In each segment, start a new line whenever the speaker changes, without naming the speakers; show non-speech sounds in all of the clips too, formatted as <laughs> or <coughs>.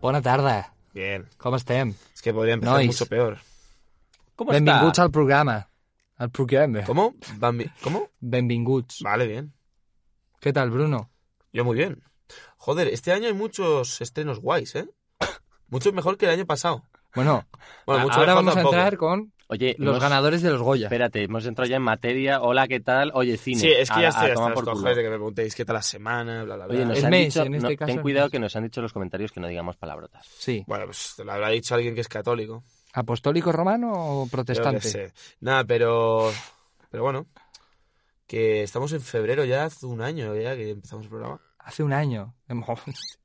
Bona tarda.
Bien.
Com estem?
Es que podría empezar
Nois.
mucho peor.
¿Cómo
Benvinguts
está?
al programa. Al programa.
¿Cómo? Bambi- ¿Cómo?
Benvinguts.
Vale, bien.
¿Qué tal, Bruno?
Yo muy bien. Joder, este año hay muchos estrenos guays, ¿eh? Mucho mejor que el año pasado.
Bueno,
Bueno,
a-
mucho
ahora
mejor
vamos
tampoco.
a entrar con
Oye,
los
hemos-
ganadores de los Goya.
Espérate, hemos entrado ya en materia. Hola, ¿qué tal? Oye, cine.
Sí, es que
A-
ya
a
estoy
tomar
hasta
por
los
culo.
cojones de que me preguntéis qué tal la semana, bla, bla, bla.
Oye, nos
Es
han
Messi,
dicho,
en
no-
este caso
ten
es
cuidado
Messi.
que nos han dicho en los comentarios que no digamos palabrotas.
Sí.
Bueno, pues te lo habrá dicho alguien que es católico.
¿Apostólico romano o
Yo
protestante?
qué sé. Nada, pero... Pero bueno, que estamos en febrero ya, hace un año ya que empezamos el programa.
Hace un año. <laughs>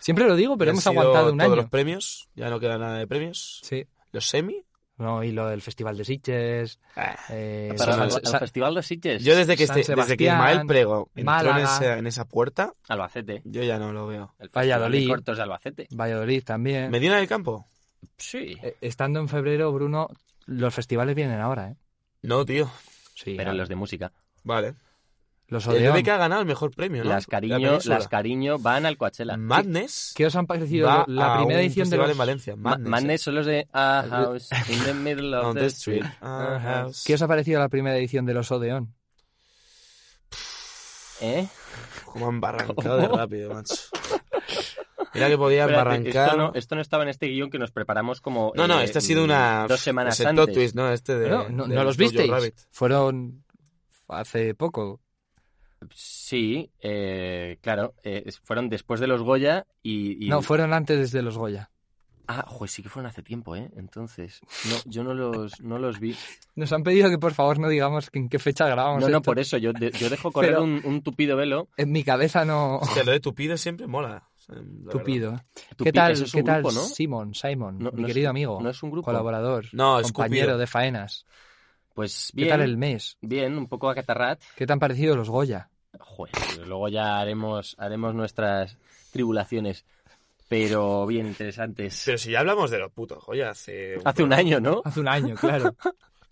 Siempre lo digo, pero
Ya
hemos
han sido
aguantado un
todos
año.
los premios, ya no queda nada de premios.
Sí.
Los semi.
No, y lo del Festival de Sitges.
Ah.
eh,
Para
no
el,
es-
el Festival de Sitges,
Yo desde que,
San
este- desde que
Sebastián,
Ismael Prego entró en
Málaga.
esa, en esa puerta,
Albacete,
yo ya no lo veo.
el Festival
Valladolid.
de Cortos de Albacete.
Valladolid también.
¿Medina del Campo?
Sí,
Eh, Estando en febrero, Bruno, los festivales vienen ahora, ¿eh?
No, tío.
Sí.
pero
ah,
los de música.
Vale.
los
El
Odeón.
BBK ha ganado el mejor premio, ¿no?
Las
La
cariño,
península.
las cariño van al Coachella.
Madness
¿Qué os han parecido
va
la
a
primera
un
edición de
festival
los...
en Valencia.
Ma-
Madness.
Madness son los de A House in the Middle
eh. <laughs>
of
On Ah,
the Street.
A house.
¿Qué os ha parecido la primera edición de los Odeón?
¿Eh?
Cómo han barrancado de rápido, macho. Mira que podía
Espérate,
barrancar.
esto, no, esto no estaba en este guión que nos preparamos como.
No, no,
eh,
este ha sido
mm,
una...
Dos semanas
pues el
antes.
plot twist, ¿no? Este de,
no, no,
de
no los
Jojo
visteis.
Rabbit.
Fueron hace poco.
Sí, eh, claro. eh, es- fueron después de los Goya y. y-
No, fueron antes de los Goya.
Ah, joder, sí que fueron hace tiempo, ¿eh? Entonces. No, yo no los, no
<laughs>
los vi.
Nos han pedido que por favor no digamos que en qué fecha grabamos.
No, no,
esto.
por eso. Yo, de- yo dejo correr
Pero-
un, un tupido velo.
En mi cabeza no.
Hostia,
<laughs>
lo de Tupido siempre mola. o sea, la verdad.
Tupido.
Tupi-
¿Qué tal,
eso es
qué
un
tal,
grupo, ¿no?
Simon, Simon,
No,
mi
no es-
querido amigo,
no es un grupo.
colaborador,
No, es
compañero
Cupido.
de faenas?
Pues
¿Qué tal
bien.
el mes?
Bien, un poco a catarrat.
¿Qué te han parecido los Goya?
Joder, pues luego ya haremos, haremos nuestras tribulaciones. Pero bien interesantes.
Pero si ya hablamos de los putos joya hace...
Hace un año, ¿no?
Hace un año, claro.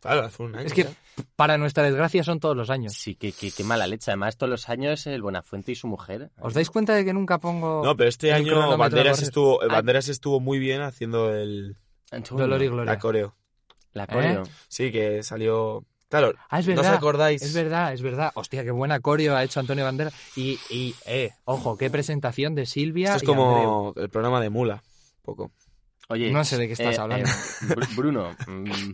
Claro, hace un año.
es que
ya.
<laughs> para nuestra desgracia son todos los años.
Sí, que, que, que mala leche. Además, todos los años el Buenafuente y su mujer.
¿Os dais cuenta de que nunca pongo
No, pero este
el
año
cronómetro
Banderas
corre.
estuvo, eh, Banderas estuvo muy bien haciendo el
Antonio,
Dolor y
la
Gloria?
coreo. ¿Eh?
La coreo.
Sí, que salió. Claro,
Ah, es
¿no os
verdad.
acordáis?
Es verdad, es verdad. Hostia, qué buena coreo ha hecho Antonio Banderas. Y, y, eh, ojo, qué presentación de Silvia.
Esto es
y Andreu.
como el programa de Mula, un poco. <laughs>
Oye,
No sé de qué estás hablando.
Br- Bruno,
<laughs>
mm,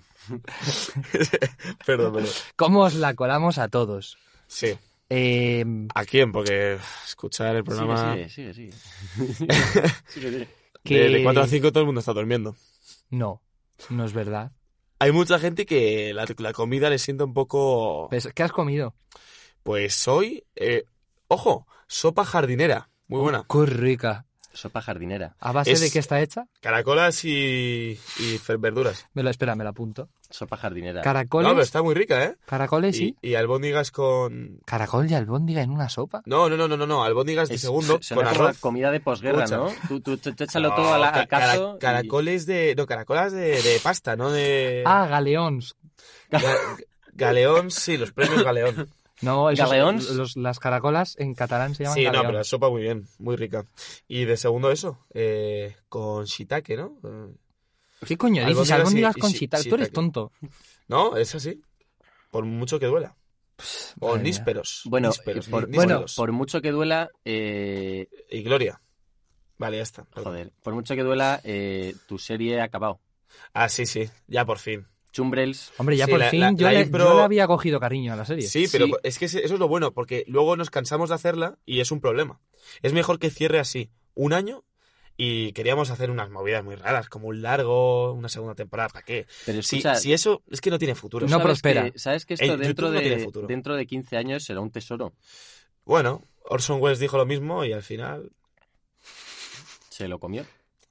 Perdón, perdón.
¿Cómo os la colamos a todos?
Sí.
Eh,
¿A quién? Porque escuchar el programa.
sigue,
<laughs>
sigue, sigue, sigue. Sigue, sigue.
que...
De, 4 a 5 todo el mundo está durmiendo.
No, no es verdad.
Hay mucha gente que la, la comida le sienta un poco.
Pues, ¿Qué has comido?
Pues hoy. eh, ojo, sopa jardinera. Muy buena.
Qué rica.
Sopa jardinera.
¿A base
Es-
de qué está hecha?
Caracolas y, y fer- verduras.
Me lo, espera, me la apunto.
Sopa jardinera.
No,
Caracoles,
pero está muy rica, ¿eh?
caracoles y...
Y, y albóndigas con.
Caracol y albóndiga en una sopa.
No, no, no, no, no, no. Albóndigas de
Es-
este segundo
se-
con
suena como
arroz.
comida de posguerra,
Escucha.
¿no? Tú, tú, tú- tú échalo
No,
todo a la- al
ca- cara-
caso. y-
Caracoles de. No, caracolas de, de pasta, no de.
Ah, galeons.
Ga- Galeón, sí, los premios Galeón.
No, esos-
¿Galeons?
los- las caracolas en catalán <laughs> se llaman
Sí, no,
galeons.
pero la sopa muy bien, muy rica. Y de segundo eso, eh, con shiitake, ¿no? Eh,
¿Qué coño dices?
Albóndigas y-
Albóndigas
y
con
shi-
shiitake. Tú eres
shiitake.
tonto.
No, es así. Por mucho que duela. O
madre mía.
nísperos.
Bueno,
nísperos,
eh, por,
ní-
bueno,
nísperos.
por mucho que duela, eh,
Y Gloria. Vale, ya está.
joder, por mucho que duela, eh, tu serie ha acabado.
Ah, sí, sí, ya por fin.
Chumbrels,
Hombre, ya
Sí,
por
la-
fin
la-
yo,
la
le,
impro-
yo le había cogido cariño a la serie.
Sí, pero
Sí.
es que ese- eso es lo bueno, porque luego nos cansamos de hacerla y es un problema. Es mejor que cierre así un año y queríamos hacer unas movidas muy raras, como un largo, una segunda temporada, ¿para qué?
pero
Si,
escucha,
si eso es que no tiene
tú
futuro.
no
sabes
prospera.
que- sabes que
En
esto
YouTube
dentro
no tiene
de,
futuro.
dentro de 15 años será un tesoro.
Bueno, Orson Welles dijo lo mismo y al final
Se lo comió.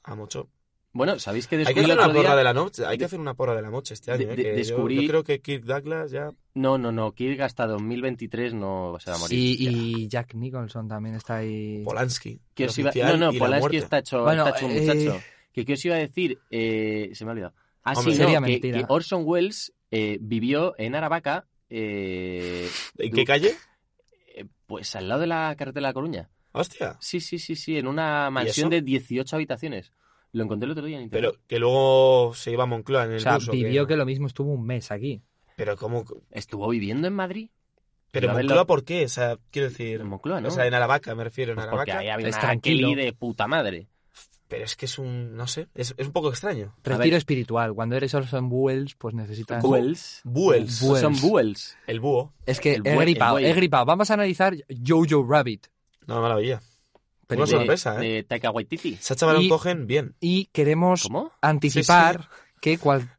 a mucho.
Bueno, sabéis que
Hay
descubrí
que hacer
el
una
otro
porra
día...
de la noche, hay
de-
que hacer una porra de la noche este
de-
año. eh,
de-
que yo-
descubrí-
yo, creo que Kirk Douglas ya
No, no, no, Kirk hasta 2023 no se va a morir.
Sí, y Jack Nicholson también está ahí.
Polanski.
Que
el
os iba-
oficial
No,
y
no,
la
Polanski
muerte.
está hecho,
Bueno,
está hecho un
eh,
muchacho. Que, ¿Qué os iba a decir? Eh, se me ha olvidado. Ah, sí,
Hombre.
no,
Sería
que,
mentira.
que Orson Welles eh, vivió en Aravaca, eh,
¿En qué calle?
eh, pues al lado de la carretera de La Coruña.
Hostia.
Sí, sí, sí, sí, en una mansión
eso?
de 18 habitaciones. Lo encontré el otro día en internet.
Pero que luego se iba a Moncloa en el
O sea,
bus. ¿o qué?
vivió que lo mismo estuvo un mes aquí.
Pero cómo...
¿Estuvo viviendo en Madrid?
Pero
a ver,
Moncloa,
lo-
¿por qué? O sea, quiero decir...
En Moncloa, ¿no?
O sea, en Aravaca, me refiero, en
Pues porque
Aravaca.
ahí había
Es
una
tranquilo.
Kelly de puta madre.
Pero es que es un... No sé, es, es un poco extraño.
Retiro
ver.
espiritual. Cuando eres Orson Welles, pues necesitas...
Buells.
Buels.
Bu- Buells.
Son Buells.
El búho.
Es que he
El buey- el
gripado,
buey.
he gripado. Vamos a analizar Jojo Rabbit.
No, maravilla.
película.
Una sorpresa, ¿eh?
De Taika Waititi.
Sacha Baron
Y-
Cohen, bien.
Y queremos
¿Cómo?
anticipar que cualquier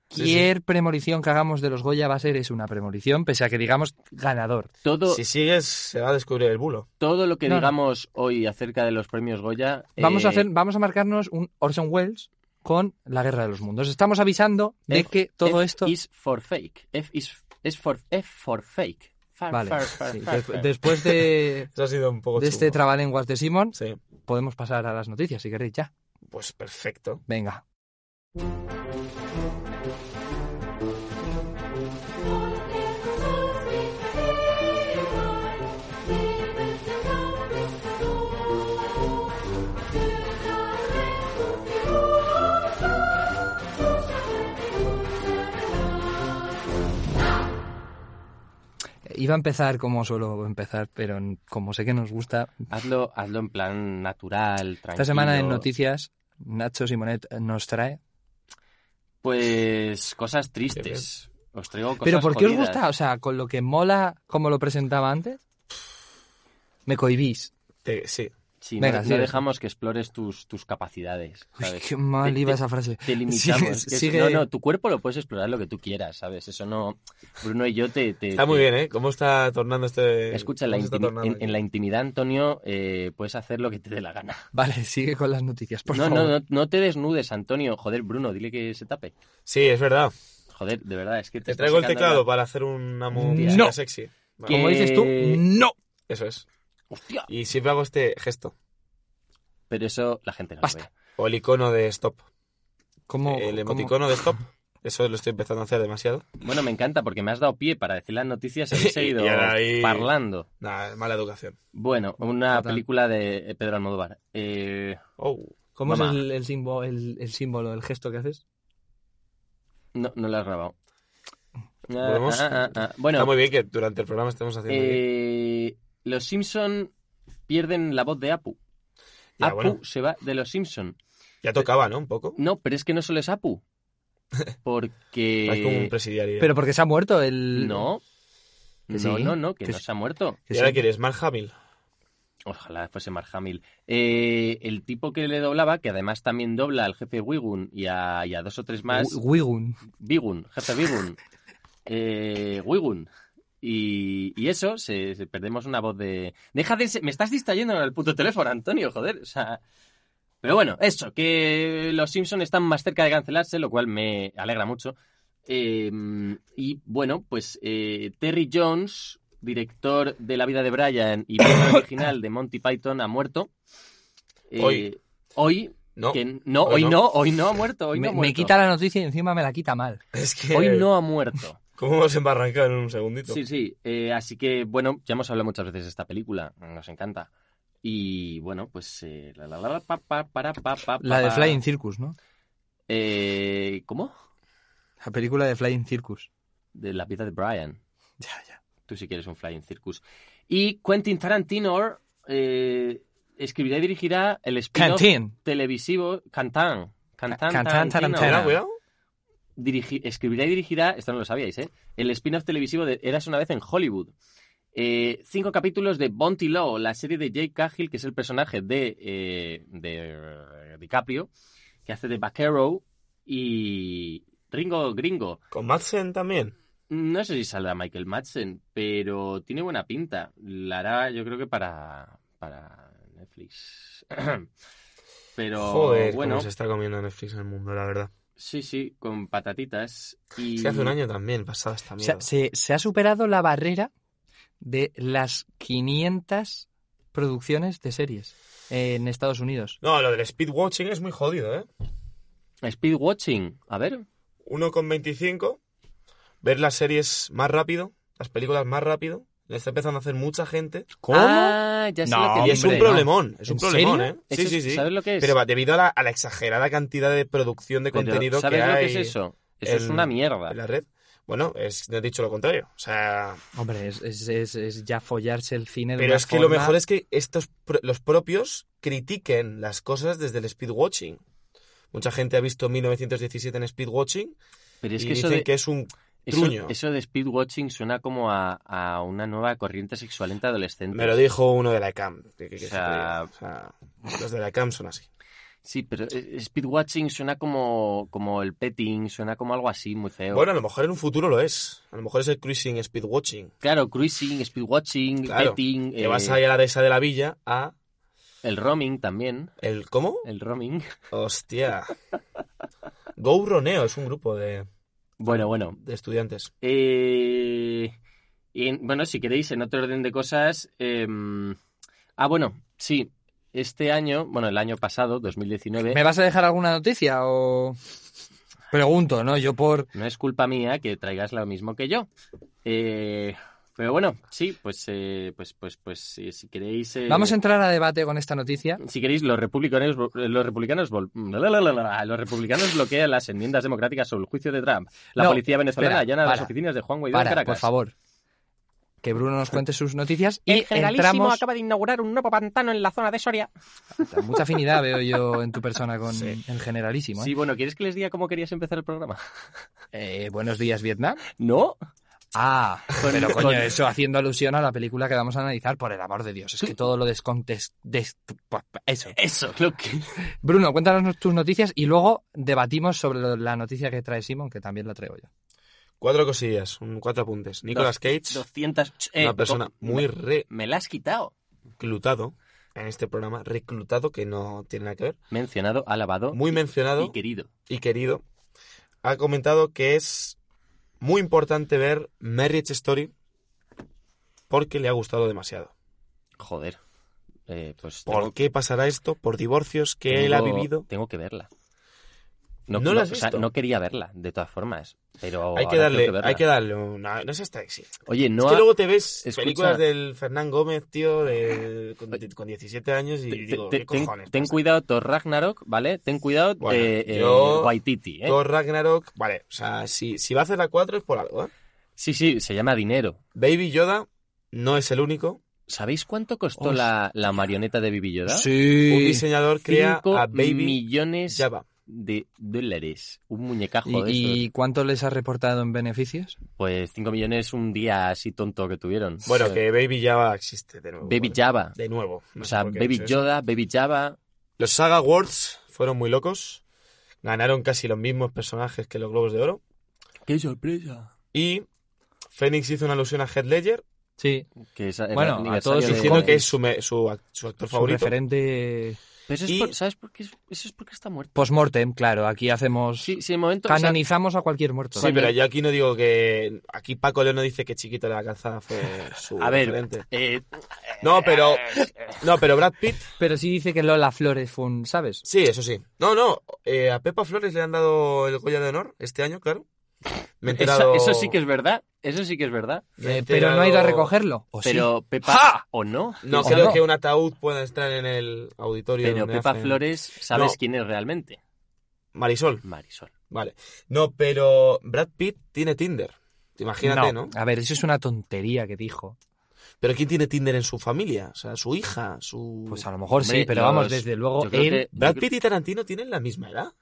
Sí,
premonición que hagamos de los Goya va a ser es una premonición, pese a que digamos ganador.
Todo,
Si sigues, se va a descubrir el bulo.
todo lo que
No, no.
digamos hoy acerca de los premios Goya...
Vamos a
eh,
hacer, vamos a marcarnos un Orson Welles con la Guerra de los Mundos. Estamos avisando de
F-
que todo
F
esto.
is for fake. F is es for, F for fake. Far,
Vale.
far, far,
sí.
far,
Des-
far.
después
<laughs>
de,
Eso ha sido un poco
de este
chungo.
trabalenguas de Simon,
Sí,
podemos pasar a las noticias si queréis ya.
pues perfecto.
Venga. Iba a empezar como suelo empezar, pero como sé que nos gusta,
Hazlo, hazlo en plan natural, tranquilo.
esta semana en noticias Nacho Simonet nos trae
Pues cosas tristes. Os traigo cosas
Pero ¿por qué os
jodidas.
gusta? O sea, con lo que mola, como lo presentaba antes, me cohibís.
Te- sí.
Sí,
Venga,
no, no
sigue.
dejamos que explores tus, tus capacidades.
Uy,
¿sabes?
qué mal
Te-
iba
te-
esa frase.
Te limitamos.
Sigue-
que es-
sigue.
No, no, tu cuerpo lo puedes explorar lo que tú quieras, ¿sabes? Eso no. Bruno y yo te. te-
Está muy
te-
bien, ¿eh? ¿Cómo está tornando este...?
Escucha, en la,
cómo se está
intimi-
tornando
en,
aquí?
en la intimidad, Antonio, eh, puedes hacer lo que te dé la gana.
Vale, <laughs> sigue con las noticias, por
No,
favor.
no, no, no te desnudes, Antonio. Joder, Bruno, dile que se tape.
Sí, es verdad.
Joder, de verdad, es que te
Te
está
traigo el
sacando
teclado
la-
para hacer
No.
una música sexy. Vale,
Como
Eh,
dices tú, no.
Eso es.
¡Hostia!
Y siempre hago este gesto.
Pero eso la gente no
Basta.
lo ve.
O el icono de stop.
Como,
el
como-
emoticono de stop. Eso lo estoy empezando a hacer demasiado.
Bueno, me encanta porque me has dado pie para decir
<laughs>
las noticias y
Y-
he seguido
y ahora ahí-
parlando.
Nada, mala educación.
Bueno, una
Total.
película de Pedro Almodóvar. Eh,
Oh,
¿cómo
Mamá.
es el, el símbolo, el, el símbolo, el gesto que haces?
no, no la has grabado. Ah,
Volvemos.
ah, ah, ah. Bueno,
Está muy bien que durante el programa estemos haciendo... aquí.
eh, los Simpson pierden la voz de Apu.
Ya,
Apu Eh,
bueno.
se va de los Simpson.
Ya tocaba, ¿no? Un poco.
No, pero es que no solo
<laughs>
es Apu.
Parece como un
Porque...
presidiario.
Pero porque se ha muerto el...
No.
Que
No,
sí,
no, no, que
que
no
sí.
se ha muerto.
que
¿Y ahora
sí.
quieres Mark Hamill?
Ojalá fuese Mark Hamill. Eh, el tipo que le doblaba, que además también dobla al jefe Wigun y a, y a dos o tres más,
Wi- Wigun.
Wigun, jefe Wigun, eh, Wigun. Y, y eso, se, se- perdemos una voz de... Deja de... se- Me estás distrayendo al puto teléfono, Antonio, joder. O sea... Pero bueno, eso, que los Simpson están más cerca de cancelarse, lo cual me alegra mucho. Eh, y bueno, pues eh, Terry Jones, director de La vida de Brian
<coughs>
y miembro original de Monty Python, ha muerto. Eh,
Hoy.
Hoy,
No.
que n- no,
Hoy no.
hoy no. hoy no ha muerto, hoy
me,
no ha
me
muerto.
quita la noticia y encima me la quita mal.
Es que...
Hoy no ha muerto.
¿Cómo hemos embarrancado en un segundito?
Sí, sí. eh, así que, bueno, ya hemos hablado muchas veces de esta película. Nos encanta. Y bueno, pues. eh, la, la, la, la, pa, pa, para, pa, pa,
La de
pa.
Flying Circus, ¿no?
Eh, ¿Cómo?
La película de Flying Circus.
De la vida de Brian.
Ya, ya.
Tú si quieres un Flying Circus. Y Quentin Tarantino eh, escribirá y dirigirá el spin-off
Canteen.
televisivo Cantán. Cantán,
Cantán
Tarantino.
Tarantino.
Cuidado, cuidado.
dirigi- escribirá y dirigirá, esto no lo sabíais, ¿eh? el spin-off televisivo de Eras una vez en Hollywood. Eh, cinco capítulos de Bounty Law, la serie de Jake Cahill, que es el personaje de, eh, de eh, DiCaprio, que hace de Vaquero, y Ringo Gringo.
Con Madsen también.
No sé si saldrá Michael Madsen, pero tiene buena pinta. La hará, yo creo que para, para Netflix. <clears throat> Pero
Joder, cómo
bueno,
se está comiendo Netflix en el mundo, la verdad.
sí, sí, con patatitas. Y...
Es que hace un año también pasaba esta
Se,
mierda.
se- se ha superado la barrera de las 500 producciones de series en Estados Unidos.
No, lo del speedwatching es muy jodido, ¿eh?
Speedwatching, a ver.
Uno con 25, ver las series más rápido, las películas más rápido, La está empezando a hacer mucha gente.
¿Cómo?
Ah, ya sé
No,
lo que
y es un
hombre, no.
problemón. Es un
¿En serio?
problemón, ¿eh?
Eso
Sí, sí,
es-
sí.
¿Sabes lo que es?
Pero va, debido a la, a la exagerada cantidad de producción de
Pero,
contenido
¿Sabes
que
lo
hay
que es eso? Eso es
en-
una mierda.
en la red. Bueno, es, no he dicho lo contrario. O sea,
Hombre, es, es- es- es ya follarse el cine de
pero
una
es que lo
forma-
mejor es que estos pro- los propios critiquen las cosas desde el speedwatching. Mucha gente ha visto 1917 en speedwatching
Pero es
y
que eso
dicen
de,
que es un truño.
eso, eso de speedwatching suena como a, a una nueva corriente sexual entre adolescentes.
Me lo dijo uno de la E ECAM. que- que- que
O sea-
se te diga. O sea, los de la E ECAM son así.
Sí, pero eh, speedwatching suena como, como el petting, suena como algo así muy feo.
Bueno, a lo mejor en un futuro lo es. A lo mejor es el cruising speedwatching.
claro, cruising, speedwatching,
Claro,
petting,
Que
eh,
vas a ir a la esa de la villa a
el roaming también.
el ¿cómo?
El roaming. <laughs>
Hostia. Go Roneo es un grupo de,
Bueno, bueno.
de estudiantes.
Eh, y en- bueno, si queréis, en otro orden de cosas. em, ah, bueno, sí. Este año, bueno, el año pasado, 2019,
¿Me vas a dejar alguna noticia o...? Pregunto, ¿no? Yo por...
no es culpa mía que traigas lo mismo que yo. Eh, pero bueno, sí, pues, eh, pues, pues, pues, si, si queréis. eh,
Vamos a entrar a debate con esta noticia.
Si queréis, los republicanos, los republicanos, vol- la, la, la, la, la, los republicanos bloquean las enmiendas democráticas sobre el juicio de Trump. La
No,
policía venezolana
espera,
allana las
para.
oficinas de Juan Guaidó en
Para,
Caracas.
por favor. Que Bruno nos cuente sus noticias y entramos...
de inaugurar un nuevo pantano en la zona de Soria.
Mucha afinidad veo yo en tu persona con
Sí.
el generalísimo. ¿eh?
Sí, bueno, ¿quieres que les diga cómo querías empezar el programa? <laughs>
Eh, buenos días, Vietnam.
No.
Ah,
Con-
pero coño,
con-
eso haciendo alusión a la película que vamos a analizar, por el amor de Dios. Es que todo lo descontes... des- pues, Eso.
Eso, lo que...
Bruno, cuéntanos tus noticias y luego debatimos sobre lo- la noticia que trae Simon, que también la traigo yo.
Cuatro cosillas, un- cuatro apuntes. Nicolas Cage,
200... Ch, eh,
una persona
co-
muy
Me,
reclutado
me la has quitado.
en este programa, reclutado, que no tiene nada que ver,
Mencionado, alabado
muy mencionado
y querido.
y querido, ha comentado que es muy importante ver Marriage Story porque le ha gustado demasiado.
Joder. Eh, pues tengo-
¿Por qué pasará esto? Por divorcios que él ha
tengo-
vivido.
Tengo que verla.
¿No la has
o sea,
visto?
no quería verla, de todas formas. Pero
Hay que
Oh, ahora tengo
darle,
verla.
hay que darle una... No seas taxi.
Oye, no
es que
ha-
luego te ves
escucha-
películas del Fernán Gómez, tío, de- con, de- con 17 años y
te- te-
digo,
te-
¿qué
ten,
cojones?
ten
pasa?
cuidado, Thor Ragnarok, ¿vale? Ten cuidado,
Bueno,
eh, eh,
yo-
Waititi, ¿eh?
Thor Ragnarok, vale, o sea, si, si va a hacer la 4 es por algo, ¿eh?
Sí, sí, se llama Dinero.
Baby Yoda no es el único.
¿Sabéis cuánto costó la, la marioneta de Baby Yoda?
Un
Sí.
diseñador crea
Cinco
a Baby
millones
Java.
de dólares. Un muñecajo de
¿Y,
estos.
y cuánto les ha reportado en beneficios?
Pues 5 millones un día así tonto que tuvieron.
Bueno, que Baby Java existe de nuevo.
Baby
vale.
Java.
De nuevo. no
O
sé
sea,
por qué
Baby
he hecho eso.
Yoda, Baby Java.
Los Saga Awards fueron muy locos. Ganaron casi los mismos personajes que los Globos de Oro.
¡Qué sorpresa!
Y Phoenix hizo una alusión a Head Ledger
Sí,
Que esa- era
Bueno,
el
a
aniversario
todos sus
de-
diciendo
cómics.
que es su, me- su ac- su
pues
actor
su
favorito.
referente
Pero eso es
Y-
por- ¿Sabes por qué? es- Eso es porque está muerto.
post-mortem, claro. Aquí hacemos...
Sí, sí, en momento... o sea, eh,
canonizamos a cualquier muerto.
Sí, pero yo aquí no digo que. Aquí Paco León no dice que Chiquito de la Calzada fue su
a ver...
referente.
eh,
No, pero. No, pero Brad Pitt.
Pero sí dice que Lola Flores fue un, ¿sabes?
Sí, eso sí. No, no. eh, a Pepa Flores le han dado el Goya de Honor este año, claro. Me he
Eso,
enterado.
eso sí que es verdad. Eso sí que es verdad.
me he
Eh, pero no ha ido a
enterado-
recogerlo. ¿o sí?
Pero Pepa...
¡Ja!
¿O no?
No
¿O
creo
no?
que un ataúd pueda estar en el auditorio.
Pero
donde
Pepa
hacen-
Flores, ¿sabes
No.
quién es realmente?
Marisol,
Marisol.
vale. No, pero Brad Pitt tiene Tinder. Imagínate, ¿no?
A ver, eso es una tontería que dijo.
Pero ¿quién tiene Tinder en su familia? O sea, su hija, su.
Pues a lo mejor sí,
Hombre,
pero
los-
vamos, desde luego
Yo creo
él...
que- yo
Brad
creo-
Pitt y Tarantino tienen la misma edad.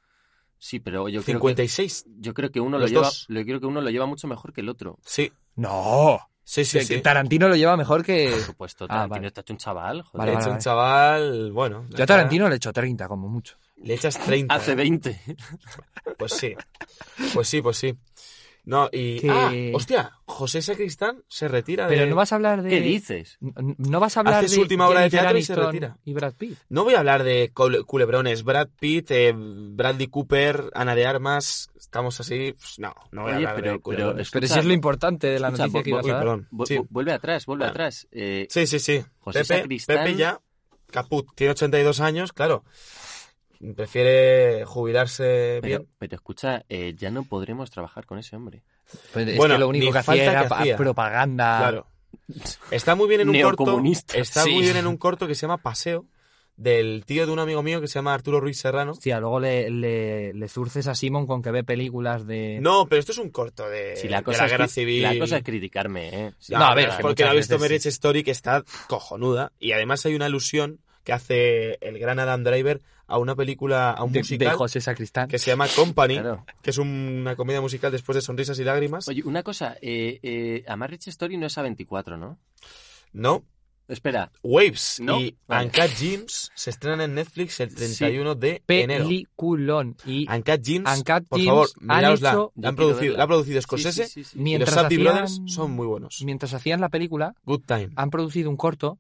Sí, pero yo creo que
56.
yo creo que uno lo
Los
lleva,
dos.
yo creo que uno lo lleva mucho mejor que el otro.
Sí,
¡No!
sí, sí.
Que- que
sí.
Tarantino lo lleva mejor que...
Por supuesto,
Ah,
Tarantino
vale.
está hecho un chaval, joder.
Vale,
Le
vale,
echa un
vale.
chaval, bueno.
Yo a Tarantino le echo 30 como mucho.
Le echas 30.
<laughs> Hace 20.
Pues sí. Pues sí, pues sí. No, y.
Que-
Ah, hostia, José Sacristán se retira de.
Pero no vas a hablar de...
¿Qué dices?
N- No vas a hablar
Hace
de
su última obra de
Jennifer
teatro y se
Aniston
retira.
y Brad Pitt.
No voy a hablar de cole- culebrones. Brad Pitt, eh, Bradley Cooper, Ana de Armas. Estamos así. pues no, no voy a
Oye,
hablar
pero-
de culebrones.
escucha,
Pero si es lo importante de la
escucha,
noticia que
bo-
ibas
pues, Uy,
a dar.
perdón.
Vu-
Sí.
vu- Vuelve atrás, vuelve
Bueno.
atrás. Eh,
sí, sí, sí.
José
Pepe,
Sacristán-
Pepe ya. Caput. Tiene 82 años, claro. Prefiere jubilarse
pero,
bien.
pero escucha, eh, ya no podremos trabajar con ese hombre.
Pero es
Bueno,
que lo único
ni
que hacía
falta
era
que
pa-
hacía.
propaganda.
Claro. Está muy bien en un corto.
Neocomunista.
Está
Sí.
muy bien en un corto que se llama Paseo, del tío de un amigo mío que se llama Arturo Ruiz Serrano.
Hostia, luego le, le, le zurces a Simon con que ve películas de...
No, pero esto es un corto
Eh,
de,
Si la
de
cosa,
la
es,
guerra
cri-
civil.
la cosa es criticarme, ¿eh? Sí,
No, a ver,
que
porque la ha
muchas
visto
veces
Marriage Story que está cojonuda. Y además hay una alusión que hace el gran Adam Driver a una película, a un
de, de
musical
José Sacristán.
que se llama Company,
Claro.
que es una comedia musical después de Sonrisas y Lágrimas.
Oye, una cosa, eh, eh, a Marriage Story no es a 24, ¿no?
No,
Espera,
Waves
No,
y
vale.
Uncut Gems se estrenan en Netflix el 31 de enero.
Peliculón. Y
Uncut Gems,
Uncut
por
Gems
favor,
han
miraosla.
hecho-
La
Yo quiero
han producido,
verla.
la ha producido
sí, sí,
Scorsese
sí, sí.
y los
mientras
Safdie
hacían-
Brothers son muy buenos.
mientras hacían la película,
Good Time.
han producido un corto.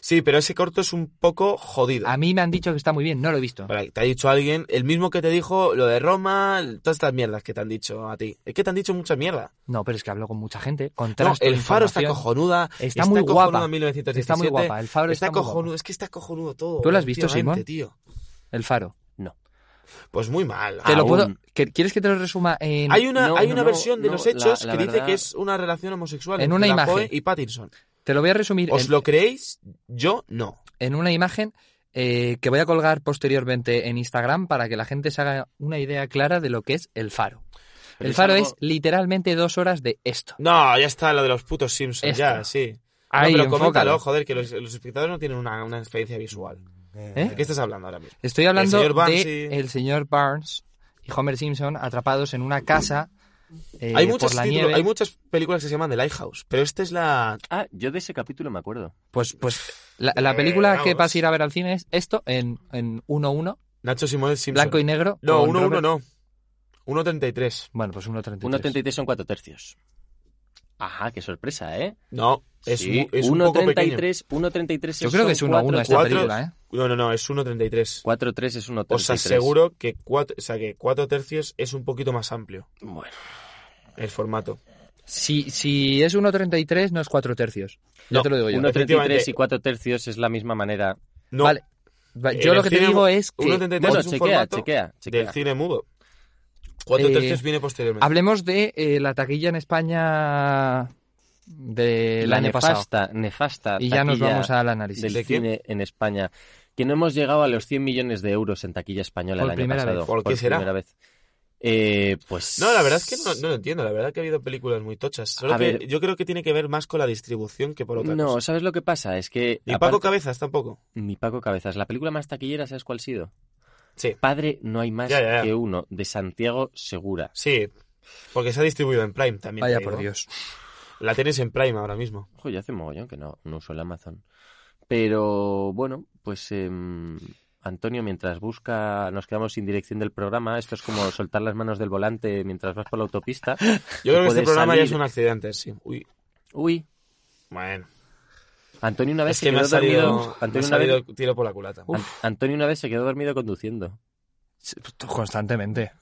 Sí, pero ese corto es un poco jodido.
A mí me han dicho que está muy bien, no lo he visto.
Para que te ha dicho alguien, el mismo que te dijo lo de Roma, todas estas mierdas que te han dicho a ti. Es que te han dicho mucha mierda.
No, pero, es que hablo con mucha gente.
No,
Contrasto
el faro está
información.
cojonuda.
Está muy
cojonuda
guapa.
1917,
Está muy guapa. El faro está,
Está,
muy guapa.
cojonudo, es que está cojonudo todo.
¿Tú lo has visto,
últimamente,
Simón?
tío.
El faro.
Pues muy mal.
Te lo
Aún.
puedo... que- ¿Quieres que te lo resuma en...
Hay una,
no,
hay
no,
una
no,
versión de
no,
los hechos
la- la
que dice
verdad-
que es una relación homosexual
En
entre
una
Rajoy
imagen.
y Pattinson.
Te lo voy a resumir
¿Os
en,
lo creéis? Yo no.
en una imagen eh, que voy a colgar posteriormente en Instagram para que la gente se haga una idea clara de lo que es el faro.
Pero
el faro
algo-
es literalmente dos horas de esto.
No, ya está lo de los putos Simpsons,
Esto.
ya, sí. No,
Ahí,
pero coméntalo,
enfócalo.
joder, que los, los espectadores no tienen una, una experiencia visual.
¿Eh?
¿De qué estás hablando ahora mismo?
Estoy hablando
señor Barnes
de
y-
el señor Barnes y Homer Simpson atrapados en una casa eh,
hay, muchos
por la
títulos-
nieve.
hay muchas películas que se llaman The Lighthouse, pero esta es la...
Ah, yo de ese capítulo me acuerdo.
Pues, pues la, la
Eh,
película que
vamos.
vas a ir a ver al cine es esto en en 1-1,
Nacho Simón Simpson.
blanco y negro.
No,
con
1-1
Robert-
no. 1.33.
Bueno, pues 1.33.
1.33 son 4 tercios. Ajá, qué sorpresa, ¿eh?
No, es,
Sí,
mu- es un poco pequeño.
1.33, 1.33
Yo creo que es 1-1 esta
cuatro-
película, ¿eh?
No, no, no, es 1.33.
4.3 es 1.33.
Os aseguro que 4 o sea, que cuatro tercios es un poquito más amplio
Bueno,
el formato.
Si, si es 1.33 no es 4 tercios. Ya
No,
te lo digo yo.
uno-
1.33
Efectivamente.
y 4 tercios es la misma manera.
No,
Vale. Va- Yo
En
lo
el
que te
cine
digo es que
1.33
Bueno,
es un
chequea,
formato
chequea,
del
chequea.
cine mudo. 4
Eh,
tercios viene posteriormente.
hablemos de eh, la taquilla en España del
Eh, la
año pasado.
nefasta, nefasta
Y ya nos
taquilla
vamos al análisis.
del
¿De qué?
cine en España. Que no hemos llegado a los 100 millones de euros en taquilla española
Por
el año
primera
pasado.
vez.
¿Por qué será?
primera vez. Eh, pues...
No, la verdad es que no, no lo entiendo. La verdad es que ha habido películas muy tochas. Solo
A
que
ver.
yo creo que tiene que ver más con la distribución que por otra
No,
cosa.
¿sabes lo que pasa? Es que...
Ni
aparte-
Paco Cabezas tampoco.
Ni Paco Cabezas. La película más taquillera, ¿sabes cuál ha sido?
Sí.
Padre no hay más
Ya, ya, ya.
que uno, de Santiago Segura.
Sí, porque se ha distribuido en Prime también.
Vaya
te digo.
por Dios.
La tenéis en Prime ahora mismo.
Ojo, ya hace mogollón que no, no uso el Amazon. Pero bueno, pues em, Antonio, mientras busca, nos quedamos sin dirección del programa. Esto es como soltar las manos del volante mientras vas por la autopista.
Yo creo que este
puede
programa ya es
salir.
un accidente, sí. Uy,
Uy,
bueno.
Antonio una vez
Es
se
que me
quedó
ha salido,
dormido.
me ha
Antonio, una
salido
vez,
el tiro por la culata.
An- Antonio una vez se quedó dormido conduciendo.
<laughs>
Constantemente.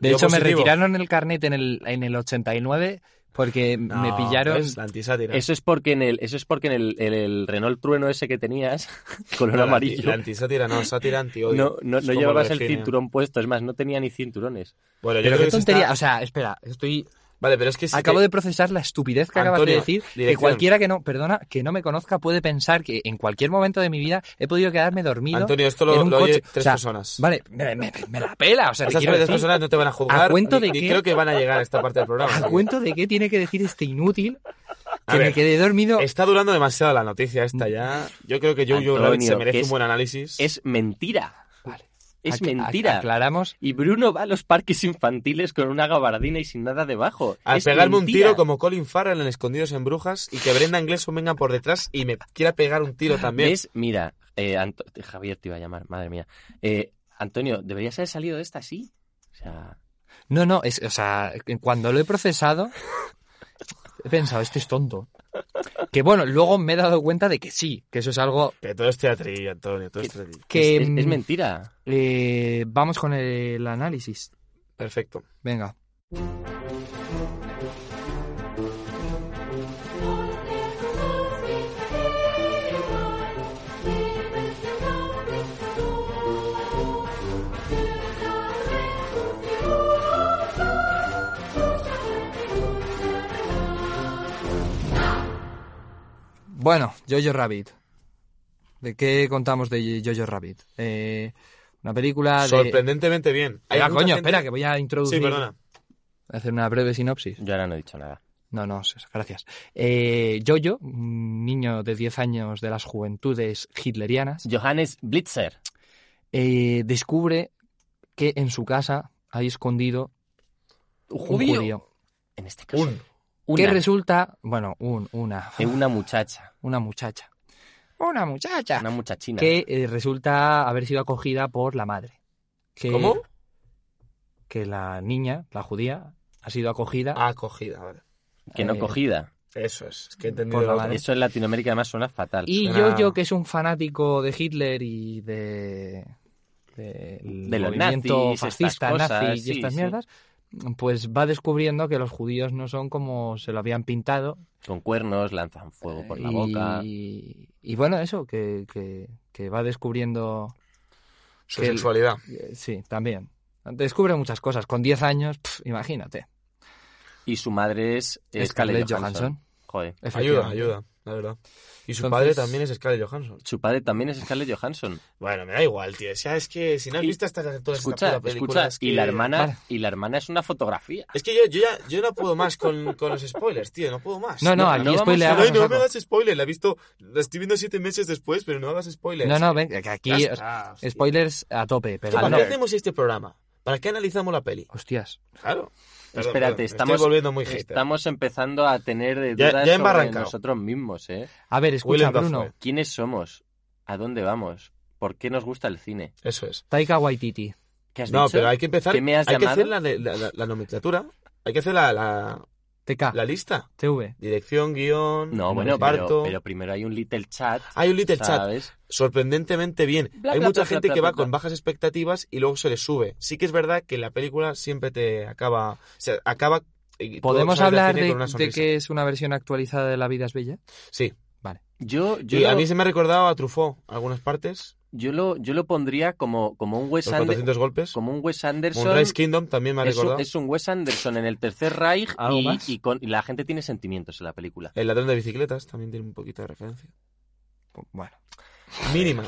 De
Yo
hecho, me
positivo.
retiraron el carnet en el, en el 89 porque me
No,
pillaron.
¿ves? La antisátira.
Eso es porque en el, eso es porque en el, en el Renault Trueno ese que tenías, <laughs> color
No, la anti-
amarillo.
La antisátira no, sátira antiodio.
No, no,
Es
no
como
llevabas
lo
el
define.
cinturón puesto, es más, no tenía ni cinturones.
Bueno, yo
Pero
creo
qué
que se está-
tontería. O sea, espera, estoy.
Vale, pero es que sí
acabo
que-
de procesar la estupidez que acabas de
Antonio,
decir. Que
dirección.
cualquiera que no, perdona, que no me conozca puede pensar que en cualquier momento de mi vida he podido quedarme dormido.
Antonio, esto
en
lo,
un
lo oye
coche.
tres
O sea,
personas.
Vale, me, me- me la pela. O sea, te
Esas
quiero
tres
decir,
personas no te van a juzgar.
¿A cuento
ni-
de
ni
qué?
creo que van a llegar a esta parte del programa.
¿A
porque
cuento de qué tiene que decir este inútil
A
que me
ver.
quedé dormido?
Está durando demasiado la noticia esta ya. Yo creo que Jojo
Antonio,
Rabbit se
que
merece
es-
un buen análisis.
Es mentira.
Vale.
Es
Ac- ac-
mentira.
Aclaramos.
Y Bruno va a los parques infantiles con una gabardina y sin nada debajo.
A
Es
pegarme un
mentira.
tiro como Colin Farrell en Escondidos en Brujas y que Brenda Gleeson venga por detrás y me quiera pegar un tiro también.
¿Ves? Mira, eh, Anto- Javier te iba a llamar, madre mía. Eh, Antonio, deberías haber salido de esta así. O sea,
No, no, es, o sea, cuando lo he procesado, he pensado, este es tonto. Que bueno, luego me he dado cuenta de que sí, que eso es algo
Que todo es teatrillo, Antonio, todo es teatrillo.
que...
es, es- es
mm,
mentira.
eh, vamos con el análisis.
Perfecto.
Venga. Bueno, Jojo Rabbit. ¿De qué contamos de Jojo Rabbit? Eh, una película Ah, de...
Sorprendentemente bien. Hay
Ah,
mucha
coño,
gente-
espera, que voy a introducir...
Sí, perdona.
Hacer una breve sinopsis.
Yo ahora no he dicho nada.
No, no, César, gracias. Eh, Jojo, un niño de 10 años de las juventudes hitlerianas,
Johannes Blitzer.
eh, descubre que en su casa hay escondido
Un
un
judío.
judío.
En este caso.
Un.
Que
Una,
resulta, bueno, un, una,
de una muchacha.
una muchacha. Una muchacha.
Una muchachina.
Ah, Que eh, resulta haber sido acogida por la madre. Que,
¿Cómo?
Que la niña, la judía, ha sido acogida.
Ah, Acogida, vale.
Que no
Eh,
cogida.
Eso es. Es que he
Por
entendido
la
la
madre.
Eso en Latinoamérica además suena fatal.
Y
Suena-
Jojo, que es un fanático de Hitler y de. del
De los
movimiento
nazis, estas
fascista,
cosas,
nazi
sí,
y estas
sí.
mierdas, pues va descubriendo que los judíos no son como se lo habían pintado.
Con cuernos, lanzan fuego por la
y,
boca.
Y bueno, eso, que, que- que va descubriendo.
Su
que el-
sexualidad.
eh, Sí, también. Descubre muchas cosas. Con 10 años, pf, imagínate.
Y su madre es eh,
Scarlett
Scarlett
Johansson.
Joder.
Ayuda,
efectivamente.
ayuda, la verdad. Y su
Entonces-
padre también es Scarlett Johansson.
Su padre también es Scarlett Johansson.
Bueno, me da igual, tío. O sea, es que si no has
Y-
visto estas todas estas
Escucha,
putas películas
escucha.
Pues es
Y
que-
la hermana,
Vale.
y la hermana es una fotografía.
Es que yo, yo ya yo no puedo más con, con los spoilers, tío. No puedo más.
No, no,
No,
aquí
no vamos a-
spoileamos
Ay,
a
no
saco.
me hagas spoiler. La he visto, la estoy viendo siete meses después, pero no hagas spoilers.
No, no, ven, que aquí
Ya
o sea,
está, hostia.
spoilers a tope,
Es que
pero
¿Para
no.
qué hacemos este programa? ¿Para qué analizamos la peli?
Hostias.
Claro. Perdón,
Espérate,
perdón, me
estamos-
Estoy volviendo muy hater.
Estamos empezando a tener eh,
Ya-
dudas
ya he
sobre
embarrancado.
nosotros mismos, ¿eh?
A ver, escucha,
Willem Dafoe.
Bruno.
¿Quiénes somos? ¿A dónde vamos? ¿Por qué nos gusta el cine?
Eso es.
Taika Waititi.
¿Qué has
No,
dicho?
pero hay que empezar.
¿Qué me has
hay que
llamado?
hacer la, la- la- la nomenclatura. Hay que hacer la, la,
TK,
la lista.
TV.
Dirección, guión,
No, bueno, pero,
reparto.
pero Ah, primero hay un little chat,
Hay un little chat.
¿sabes?
sorprendentemente bien.
Bla,
Hay
bla,
mucha
bla,
gente
bla,
que
bla,
va
bla.
con bajas expectativas y luego se le sube. Sí que es verdad que la película siempre te acaba, o sea, acaba. y tú
¿Podemos
sales del
hablar
cine
de,
con una
de
sonrisa.
que es una versión actualizada de La vida es bella?
Sí.
Yo, yo,
y a
lo,
mí se me ha recordado a Truffaut algunas partes,
yo, lo, yo lo pondría como, como un Wes
los
Anderson.
400 golpes.
Como un Wes Anderson.
Moonrise Kingdom también me ha
Es un,
recordado.
es un Wes Anderson en el tercer Reich
¿Algo
y,
más?
y con, y la gente tiene sentimientos en la película.
El ladrón de bicicletas también tiene un poquito de referencia.
Pu- Bueno.
Mínima.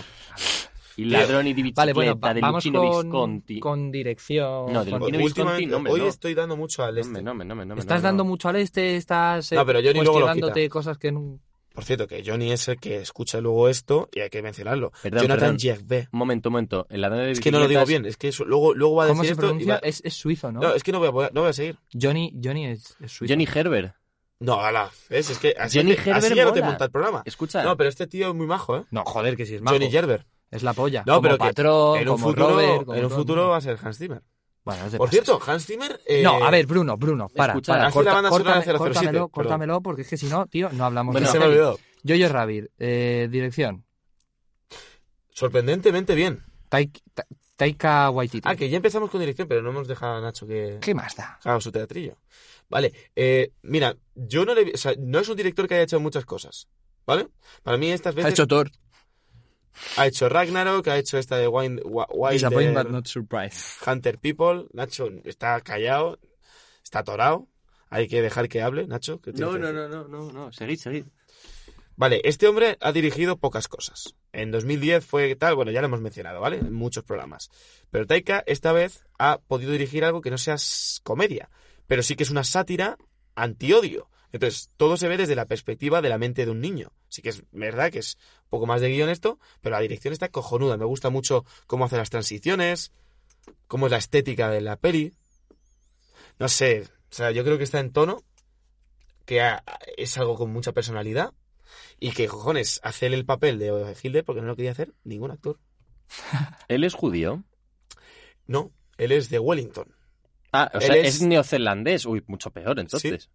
Y ladrón y división
Vale, bueno, va-
de
vamos
Luchino
con,
Visconti.
con dirección.
No, del
con-
Luchino
Últimamente,
Visconti, no, hombre,
hoy
no.
estoy dando mucho al
No,
este.
hombre, no, hombre, no, hombre, no, hombre,
Estás
no,
dando
no.
mucho al este, estás eh,
No, pero Johnny luego lo
cuestionándote
quita.
cosas que... nu-
Por cierto, que Johnny es el que escucha luego esto y hay que mencionarlo.
Perdón,
Jonathan
perdón.
Gervais.
Un momento, un momento. El ladrón de
Es que no lo digo
bicicletas-
bien, es que eso- luego, luego va a
¿Cómo
decir
se
esto y
pronuncia?
va-
Es, es suizo, ¿no?
No, es que no voy a- voy a, no voy a seguir.
Johnny, Johnny es, es suizo.
Johnny Herbert.
No, ala, ¿ves? Es que así,
Johnny
así
Gerber
ya no te
mola.
monta el programa.
Escucha,
No, pero este tío es muy majo, ¿eh?
No, joder, que si es majo.
Johnny Gerber.
Es la polla.
No,
como
pero que
patrón,
En un
como
futuro,
Robert, como todo
en un
el
futuro
mundo.
va a ser Hans Zimmer.
Bueno, no te
Por
pases.
cierto, Hans Zimmer... eh,
No, a ver, Bruno, Bruno, para,
escucha,
para,
haz la
corta-
banda sonora
córtame-
de 007,
córtamelo,
perdón.
córtamelo, porque es que si no, tío, no hablamos
que
bueno,
de
se me
la peli.
olvidó.
Jojo Rabbit, eh, dirección,
Sorprendentemente bien.
Taik- Ta- Taika Waititi.
Ah, que ya empezamos con dirección, pero no hemos dejado a Nacho que
¿Qué más da?
haga su teatrillo. Vale, eh, mira, yo no le... vi- O sea, no es un director que haya hecho muchas cosas, ¿vale? Para mí estas veces...
Thor.
ha hecho Ragnarok, ha hecho esta de Wind, Wa- Wilder,
surprise.
Hunter People. Nacho está callado, está atorado. Hay que dejar que hable, Nacho. ¿qué tienes
No,
que
no,
decir?
no, no, no, no, seguid, seguid.
Vale, este hombre ha dirigido pocas cosas. En 2010 fue tal, bueno, ya lo hemos mencionado, ¿vale? En muchos programas. Pero Taika esta vez ha podido dirigir algo que no sea s- comedia, pero sí que es una sátira antiodio. Entonces, todo se ve desde la perspectiva de la mente de un niño. Sí que es verdad que es un poco más de guión esto, pero la dirección está cojonuda. Me gusta mucho cómo hace las transiciones, cómo es la estética de la peli. No sé, o sea, yo creo que está en tono, que ah, es algo con mucha personalidad. Y que, cojones, hacer el papel de Hitler porque no lo quería hacer ningún actor.
Él es judío.
No, él es de Wellington.
Ah, o
Él
sea,
es-
es... neozelandés. Uy, mucho peor entonces.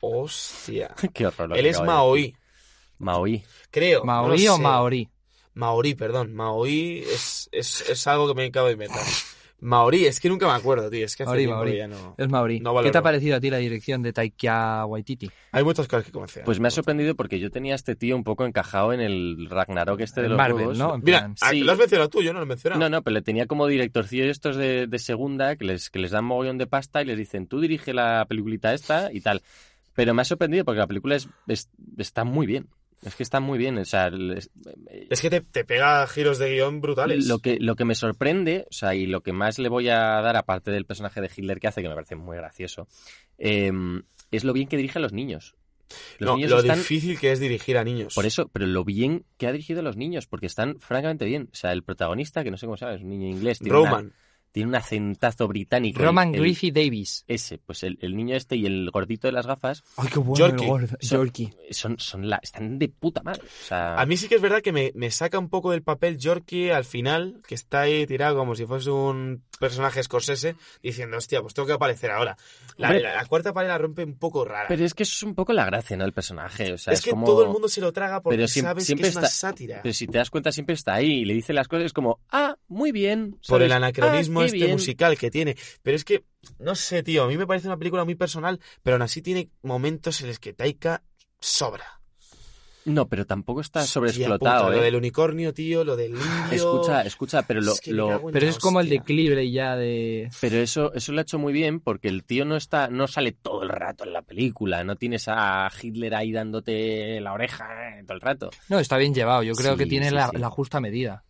Hostia.
Qué horror. <laughs> lo que
Él es
acabo de
maoí,
decir. Maoí.
creo. no
¿Maorí
lo
o
sé.
Maorí?
Maorí, perdón. Maorí es, es, es algo que me acabo de inventar. Maorí, es que nunca me acuerdo, tío. Es que hace
Maorí,
tiempo que
maorí.
ya no...
Es Maorí.
No
¿Qué
valoro.
te ha parecido a ti la dirección de Taika Waititi?
Hay muchas cosas que conocer.
Pues me ha sorprendido porque yo tenía a este tío un poco encajado en el Ragnarok este de
En
los
Marvel,
juegos.
¿no? En
Mira,
plan,
ah,
sí.
lo has mencionado tú, yo no lo he mencionado.
No, no, pero le tenía como directorcillo estos de, de segunda que les, que les dan mogollón de pasta y les dicen, tú dirige la peliculita esta y tal. Pero me ha sorprendido porque la película es, es- está muy bien. Es que está muy bien. O sea, les-
Es que te, te pega giros de guión brutales.
Lo que, lo que me sorprende, o sea, y lo que más le voy a dar, aparte del personaje de Hitler que hace, que me parece muy gracioso, eh, es lo bien que dirige a los niños. Los
No,
niños
lo
están.
difícil que es dirigir a niños.
Por eso, pero lo bien que ha dirigido a los niños, porque están francamente bien. O sea, el protagonista, que no sé cómo sabe, es un niño inglés, tiene, una-
Roman.
tiene un acentazo británico. el-
Roman
el-
Griffey Davis.
Ese, pues el, el niño este y el gordito de las gafas
Ay, qué bueno
Yorkie.
el gordo.
Son-
Yorkie.
son, son la, están de puta madre. O sea,
A mí sí que es verdad que me, me saca un poco del papel Yorkie al final, que está ahí tirado como si fuese un personaje escorsese, diciendo, hostia, pues tengo que aparecer ahora. La,
Hombre.
la- la cuarta pared la rompe un poco rara.
Pero es que eso es un poco la gracia, ¿no? El personaje. O sea,
es,
es,
que
como-
todo el mundo se lo traga porque
Pero siem-
sabes
siempre
que es una
está-
sátira.
Pero si te das cuenta, siempre está ahí y le dice las cosas, es como, ah, muy bien.
por
¿sabes?
el anacronismo
Ah, qué
este
bien.
musical que tiene. Pero es que, no sé, tío, a mí me parece una película muy personal, pero aún así tiene momentos en los que Taika sobra.
No, pero tampoco está
Hostia
sobreexplotado,
puta, Lo
¿eh? Ah,
del unicornio, tío, lo del indio...
Escucha, escucha, pero lo,
Es que me
lo-
cago en
Pero
la
es como el
hostia.
declive ya de...
pero eso, eso lo ha hecho muy bien porque el tío no está, no sale todo el rato en la película, no tienes a Hitler ahí dándote la oreja eh, todo el rato.
No, está bien llevado. Yo creo
Sí,
que tiene
sí,
la,
sí.
la justa medida.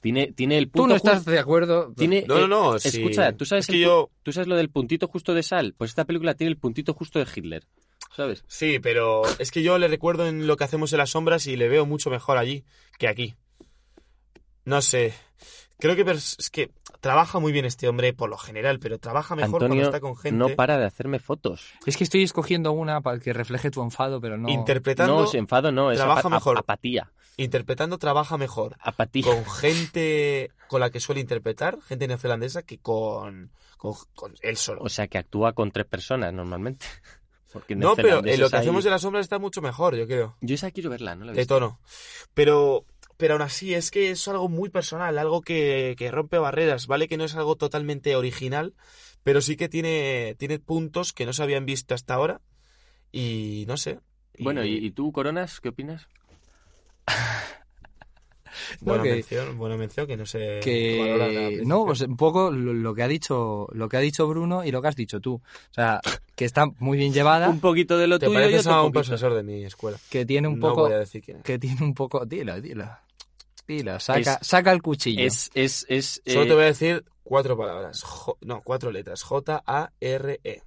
Tiene, tiene el punto
Tú no
justo-
estás de acuerdo.
tiene,
No, no,
eh,
no. sí.
escucha, ¿tú
Es
sabes
que
el pu-
yo...
¿Tú sabes lo del puntito justo de sal? Pues esta película tiene el puntito justo de Hitler, ¿sabes?
Sí, pero es que yo le recuerdo en lo que hacemos en las sombras y le veo mucho mejor allí que aquí. No sé. Creo que pers- es que trabaja muy bien este hombre por lo general, pero trabaja mejor
Antonio,
cuando está con gente
No para de hacerme fotos.
Es que estoy escogiendo una para que refleje tu enfado, pero no...
interpretando,
No, em- si enfado no, es
trabaja
apa- a-
mejor.
apatía.
interpretando trabaja mejor
Apatía.
con gente con la que suele interpretar, gente neozelandesa que con con, con él solo.
O sea, que actúa con tres personas normalmente. <laughs> Porque
no, pero en lo
neozelandeses
que
hay-
hacemos en las sombras está mucho mejor, yo creo.
Yo esa quiero verla, no la he
de
visto.
tono. Pero, pero aún así, es que es algo muy personal, algo que, que rompe barreras, ¿vale? Que no es algo totalmente original, pero sí que tiene, tiene puntos que no se habían visto hasta ahora. Y no sé.
Bueno, ¿y, y tú, Coronas, qué opinas?
buena,
No, que-
mención, buena mención, que no sé. valorar al
que
principio.
no pues un poco lo, lo que ha dicho lo que ha dicho Bruno y lo que has dicho tú o sea que está muy bien llevada
Un poquito de lo
Te
tuyo y
pareces
otro
a un
poquito.
profesor de mi escuela.
que tiene un
No
poco
voy a decir quién es.
que tiene un poco dilo dilo dilo saca
Es-
saca el cuchillo
Es, es, es... eh,
Solo te voy a decir cuatro palabras. Jo- no, cuatro letras. J-A-R-E.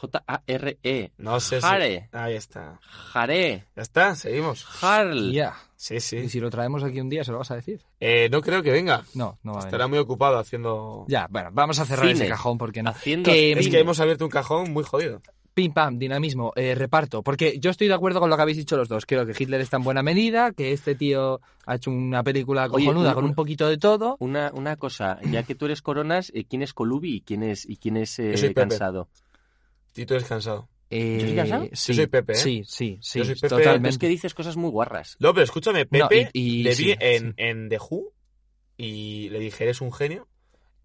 J-A-R-E.
No sé si.
Jare.
Ahí está.
Jare.
Ya está, seguimos.
Jarl.
Ya.
Sí,
y
sí.
si lo traemos aquí un día se lo vas a decir
Eh, no creo que venga.
no no va a
Estará
venir.
muy ocupado haciendo.
ya bueno vamos a cerrar
Cine.
ese cajón porque no
Haciendo...
Que-
Es
cine.
que hemos abierto un cajón muy jodido.
Pim pam, dinamismo, eh, reparto. Porque yo estoy de acuerdo con lo que habéis dicho los dos. Creo que Hitler está en buena medida, que este tío ha hecho una película
Oye,
cojonuda
una-
con un
una-
poquito de todo.
Una, una cosa, ya que tú eres Coronas, eh, ¿quién es Colubi y quién es, y quién es eh,
Yo soy Pepe.
Cansado?
Y tú eres cansado.
Eh,
soy casado?
sí,
Yo soy Pepe, ¿eh?
Sí, sí, sí.
Yo soy Pepe.
Pero Es
Totalmente.
que dices cosas muy guarras.
No, pero escúchame, Pepe
No, y- y
le vi
sí,
en,
sí.
en The Who y le dije, eres un genio.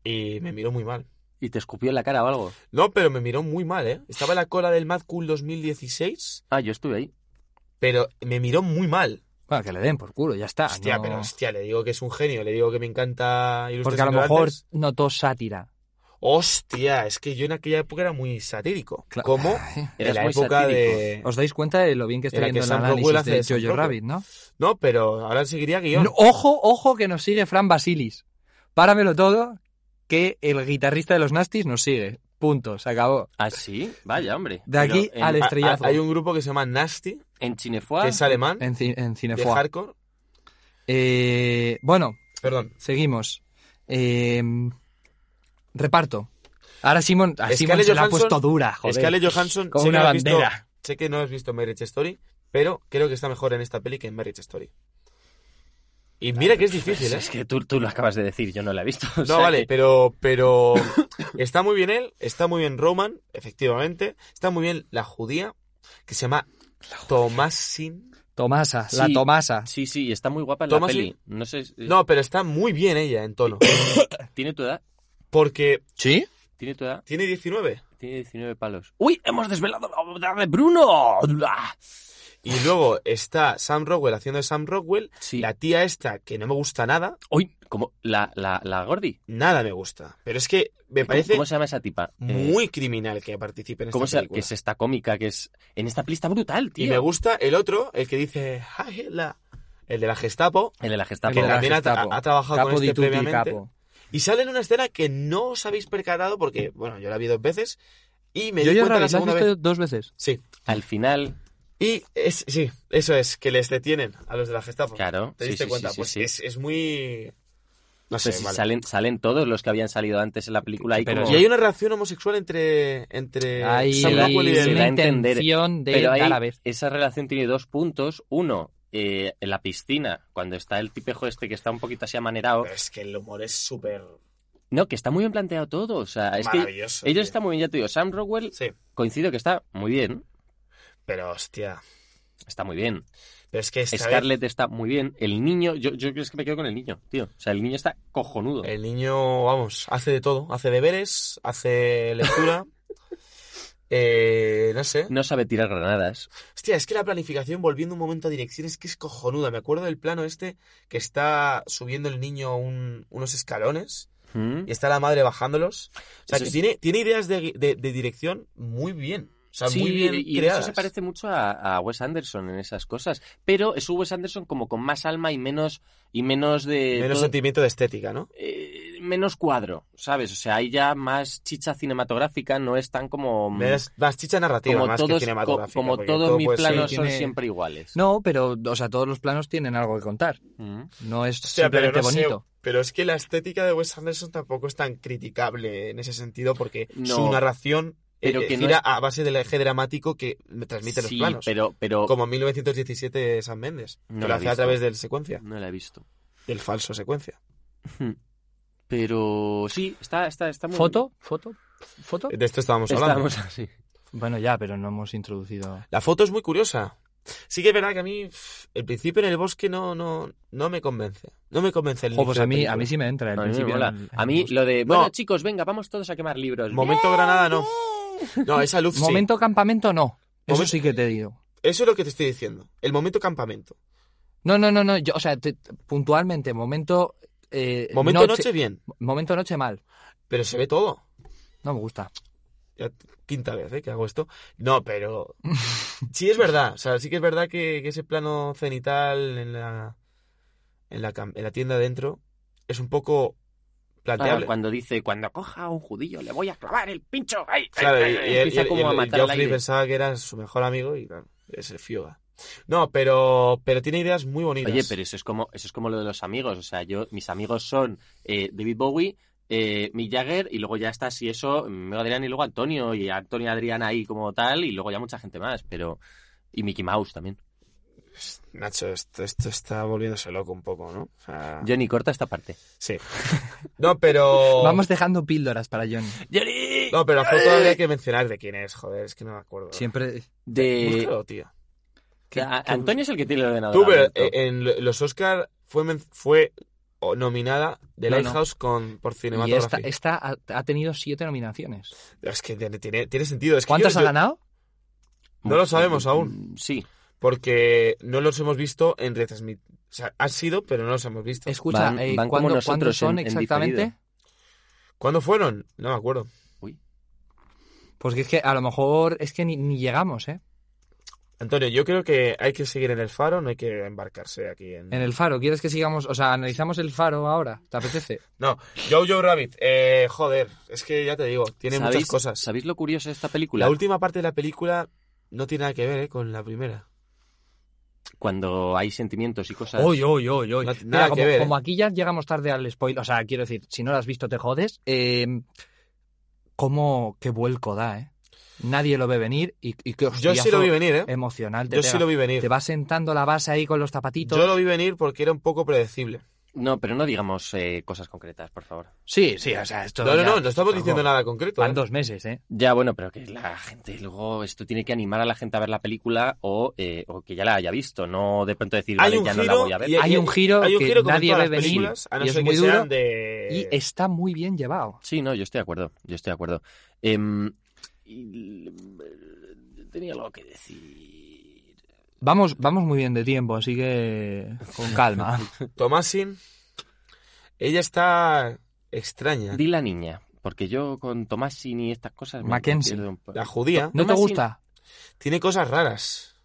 Y me miró muy mal.
¿Y te escupió en la cara o algo?
No, pero me miró muy mal, ¿eh? Estaba en la cola del Mad Cool 2016,
Ah, yo estuve ahí.
pero me miró muy mal.
Bueno, que le den por culo, ya está.
Hostia,
Ah, no-
pero hostia, le digo que es un genio, le digo que me encanta
Porque a
Ilustres
lo mejor
Ignorantes.
notó sátira.
Hostia, es que yo en aquella época era muy satírico.
Claro.
Como en
Eras
la
muy
época
satírico.
de...
¿Os dais cuenta de lo bien que está
Era que
yendo el
Sam Rockwell
análisis
hace
de
Sam
Jojo
Rockwell.
Rabbit, ¿no?
No, pero ahora seguiría guión.
No, Ojo, ojo que nos sigue Fran Basilis. Páramelo todo, que el guitarrista de los Nastis nos sigue. Punto, se acabó.
Ah, sí, vaya, hombre.
De aquí
en,
al-
A- a-
estrellazo. Ah,
Hay un grupo que se llama Nasty,
en Chinefoa.
que es alemán,
En, ci- en
de
Cinefoa.
hardcore.
Eh, bueno,
Perdón.
seguimos. Eh, reparto. Ahora Simon, a
Scarlett
Simon se la ha
Johansson-
puesto dura, joder.
Scarlett Johansson,
Con
sé que,
una
no has visto,
bandera.
sé que no has visto Marriage Story, pero creo que está mejor en esta peli que en Marriage Story. Y mira que es difícil, ¿eh?
<laughs>
Es que tú, tú lo acabas de decir, yo no la he visto. <laughs> o
No,
sea
vale,
que-
pero, pero <coughs> está muy bien él, está muy bien Roman, efectivamente, está muy bien la judía, que se llama Tomasin.
Tomasa, la
Sí.
Tomasa.
Sí, sí, está muy guapa en
Toma,
la peli.
sí.
No sé, eh,
No, pero está muy bien ella en tono,
¿tiene tu edad?
porque
¿Sí?
¿Tiene tu edad?
tiene 19.
¿Tiene tiene 19 palos. ¡Uy! ¡Hemos desvelado la obra de Bruno! ¡Ah!
Y luego está Sam Rockwell haciendo de Sam Rockwell.
Sí.
La tía esta, que no me gusta nada,
¡Uy! Como la, la, la Gordi.
nada me gusta. Pero es que me
¿Cómo-
parece
¿Cómo se llama esa tipa? Eh,
muy criminal que participe en esta
¿Cómo se llama?
película.
Que es esta cómica que es. En esta pista brutal, tío.
Y me gusta el otro, el que dice Ángela, el de la Gestapo,
El de la Gestapo.
que
de la
también ha, tra-
Gestapo.
ha trabajado
Capo
con
di
este
tutti,
previamente.
capo.
Y sale en una escena que no os habéis percatado porque, bueno, yo la vi dos veces y me
Yo
di
ya
cuenta
la
la
has
segunda
visto
vez.
dos veces.
Sí.
Al final.
Y es, sí, eso es, que les detienen a los de la Gestapo.
Claro.
¿Te
sí,
diste
sí,
cuenta?
sí, sí,
pues
sí.
Es, es muy... No sé,
Pues sí,
vale.
salen, salen todos los que habían salido antes en la película. y
Pero-
como-
Y hay una relación homosexual entre, entre
Hay
Sam Rockwell y
se
el...
da
una
a entender,
intención de
Pero ahí,
dar a ver.
esa relación tiene dos puntos. Uno, eh, en la piscina, cuando está el tipejo este que está un poquito así amanerado.
Pero es que el humor es súper
No, que está muy bien planteado todo. O sea, es que
maravilloso.
ellos
tío.
están muy bien, ya te digo. Sam Rockwell,
Sí,
coincido que está muy bien.
pero hostia...
Está muy bien.
Pero es que esta vez-
Scarlett está muy bien. El niño, yo, yo es que me quedo con el niño, tío. O sea, el niño está cojonudo.
El niño, vamos, hace de todo. Hace deberes, hace
<laughs>
lectura. eh, no sé.
No sabe tirar granadas.
Hostia, es que la planificación, volviendo un momento a dirección, es que es cojonuda. Me acuerdo del plano este que está subiendo el niño un- unos escalones
¿Mm?
y está la madre bajándolos. O sea,
Eso
que
es-
tiene, tiene ideas de, de- de dirección muy bien. O sea,
Sí,
muy bien
y
creadas.
eso se parece mucho a, a Wes Anderson en esas cosas. Pero es un Wes Anderson como con más alma y menos, y menos de.
Menos
todo-
sentimiento de estética, ¿no?
eh, menos cuadro, ¿sabes? O sea, hay ya más chicha cinematográfica, no es tan como.
Menos- más chicha narrativa,
Mm. como
más
todos,
que
co-
cinematográfica.
como
porque
todos
todo
mis
puede ser-
planos
Sí,
son
tiene-
siempre iguales.
No, pero, o sea, todos los planos tienen algo que contar.
¿Mm?
No es
Hostia, pero
simplemente
no sé,
bonito.
pero es que la estética de Wes Anderson tampoco es tan criticable en ese sentido porque su
No.
narración eh,
Pero
eh,
que no
gira
es-
a base del eje dramático que transmite
sí,
los planos.
pero, pero
Como en 1917 de San Méndez,
No
que
lo
lo
he
hacía a
visto.
través del secuencia,
no la he visto.
del falso secuencia,
Pero sí, está, está, está muy
¿Foto? ¿Foto? ¿Foto?
de esto estábamos hablando.
Estábamos <laughs> así.
Bueno, ya, pero no hemos introducido.
La foto es muy curiosa. Sí que es verdad que a mí pff, el principio en el bosque no, no, no me convence. No me convence el
Jo, pues
inicio
a
de
mí,
la
a mí sí me entra. al
A mí, me
principio
mola.
el- el-
A mí lo de,
No.
bueno, chicos, venga, vamos todos a quemar libros.
Momento Granada no. No, esa luz sí.
Momento campamento no. Eso
Momento-
sí que te digo.
Eso es lo que te estoy diciendo. El momento campamento.
No, no, no, no. Yo, o sea, te- puntualmente, momento. eh,
Momento noche bien,
Momento noche mal.
pero se ve todo.
No me gusta.
ya quinta vez ¿eh? que hago esto. No, pero sí es verdad. O sea, sí que es verdad que, que ese plano cenital en la, en la, cam- en la tienda adentro es un poco
Ah,
planteable.
cuando dice, cuando coja a un judío, le voy a clavar el pincho. ¡Ay, ay,
Claro, y,
ay!
y él-
<laughs> Empieza
y él-
como
y
a
él-
matar al
Joffrey
aire.
pensaba que era su mejor amigo y claro, es el Fioga. No, pero, pero tiene ideas muy bonitas.
Oye, pero eso es como eso es como lo de los amigos. O sea, yo mis amigos son eh, David Bowie, eh, Mick Jagger y luego ya está, si eso, Meo Adrián y luego Antonio y Antonio y Adrián ahí como tal y luego ya mucha gente más, pero y Mickey Mouse también.
Nacho, esto, esto está volviéndose loco un poco, ¿no? O sea,
Johnny corta esta parte.
Sí. No,
<laughs>
pero...
Vamos dejando píldoras para Johnny.
Johnny.
No, pero la foto habría que mencionar de quién es, joder, es que no me acuerdo.
Siempre.
De
Búscalo, tío.
¿Qué-
a-
qué-
Antonio es el que tiene el ordenador.
Tú, pero,
abierto.
eh, en lo- los Oscar fue, men- fue o- nominada de
No, no.
Lighthouse Con, por
Y esta,
cinematografía.
esta ha, ha tenido siete nominaciones.
Es que tiene, tiene- tiene sentido. Es que
¿Cuántas
yo-
ha
yo-
ganado?
no lo sabemos
Mm,
aún.
Sí.
Porque no los hemos visto en retransmit. O sea, han sido, pero no los hemos visto.
Escucha,
Van-
eh,
van como
¿cuándo-
nosotros
¿cuántos son
en- en
exactamente?
diferido.
¿Cuándo fueron? No me acuerdo.
Porque es que a lo mejor es que ni, ni llegamos, ¿eh?
Antonio, yo creo que hay que seguir en el faro, no hay que embarcarse aquí en.
En el faro, ¿quieres que sigamos? O sea, analizamos el faro ahora. ¿Te apetece?
No, Jojo Rabbit, eh, joder, es que ya te digo, tiene
¿Sabéis-
muchas cosas.
¿Sabéis lo curioso de esta película?
La última parte de la película no tiene nada que ver eh, con la primera.
Cuando hay sentimientos y cosas.
Oh,
Oy, oy, oy, oy.
No-
Mira,
nada que
como,
ver, ¿eh?
como aquí ya llegamos tarde al spoiler, o sea, quiero decir, si no lo has visto te jodes, eh, cómo, qué vuelco da, ¿eh? Nadie lo ve venir y, y qué
Yo sí lo
hostiazo
vi venir, ¿eh?
emocional te
Yo
pega.
sí lo vi venir.
Te va sentando la base ahí con los zapatitos.
Yo lo vi venir porque era un poco predecible.
No, pero no digamos eh, cosas concretas, por favor.
Sí, sí, o sea, esto
No, no,
ya-
no, no estamos diciendo
Ojo,
nada concreto. ¿eh?
Van dos meses, ¿eh?
Ya, bueno, pero que la gente luego esto tiene que animar a la gente a ver la película o, eh, o que ya la haya visto, no de pronto decir,
Hay
vale,
un
ya no la
giro
voy a ver.
y-
Hay un giro
Hay un
que
giro como en
nadie
todas
ve
las
venir
películas, a no
y es
ser
muy
que
duro
sean de...
y está muy bien llevado.
Sí, no, yo estoy de acuerdo, yo estoy de acuerdo. Em, Y tenía algo que decir.
Vamos, vamos muy bien de tiempo, así que con <laughs> calma.
Tomasin. Ella está extraña.
Di la niña, porque yo con Tomasin y estas cosas. me
Mackenzie. Ah.
pierdo un po-
La judía
¿No te
Tomasin-
gusta?
tiene cosas raras.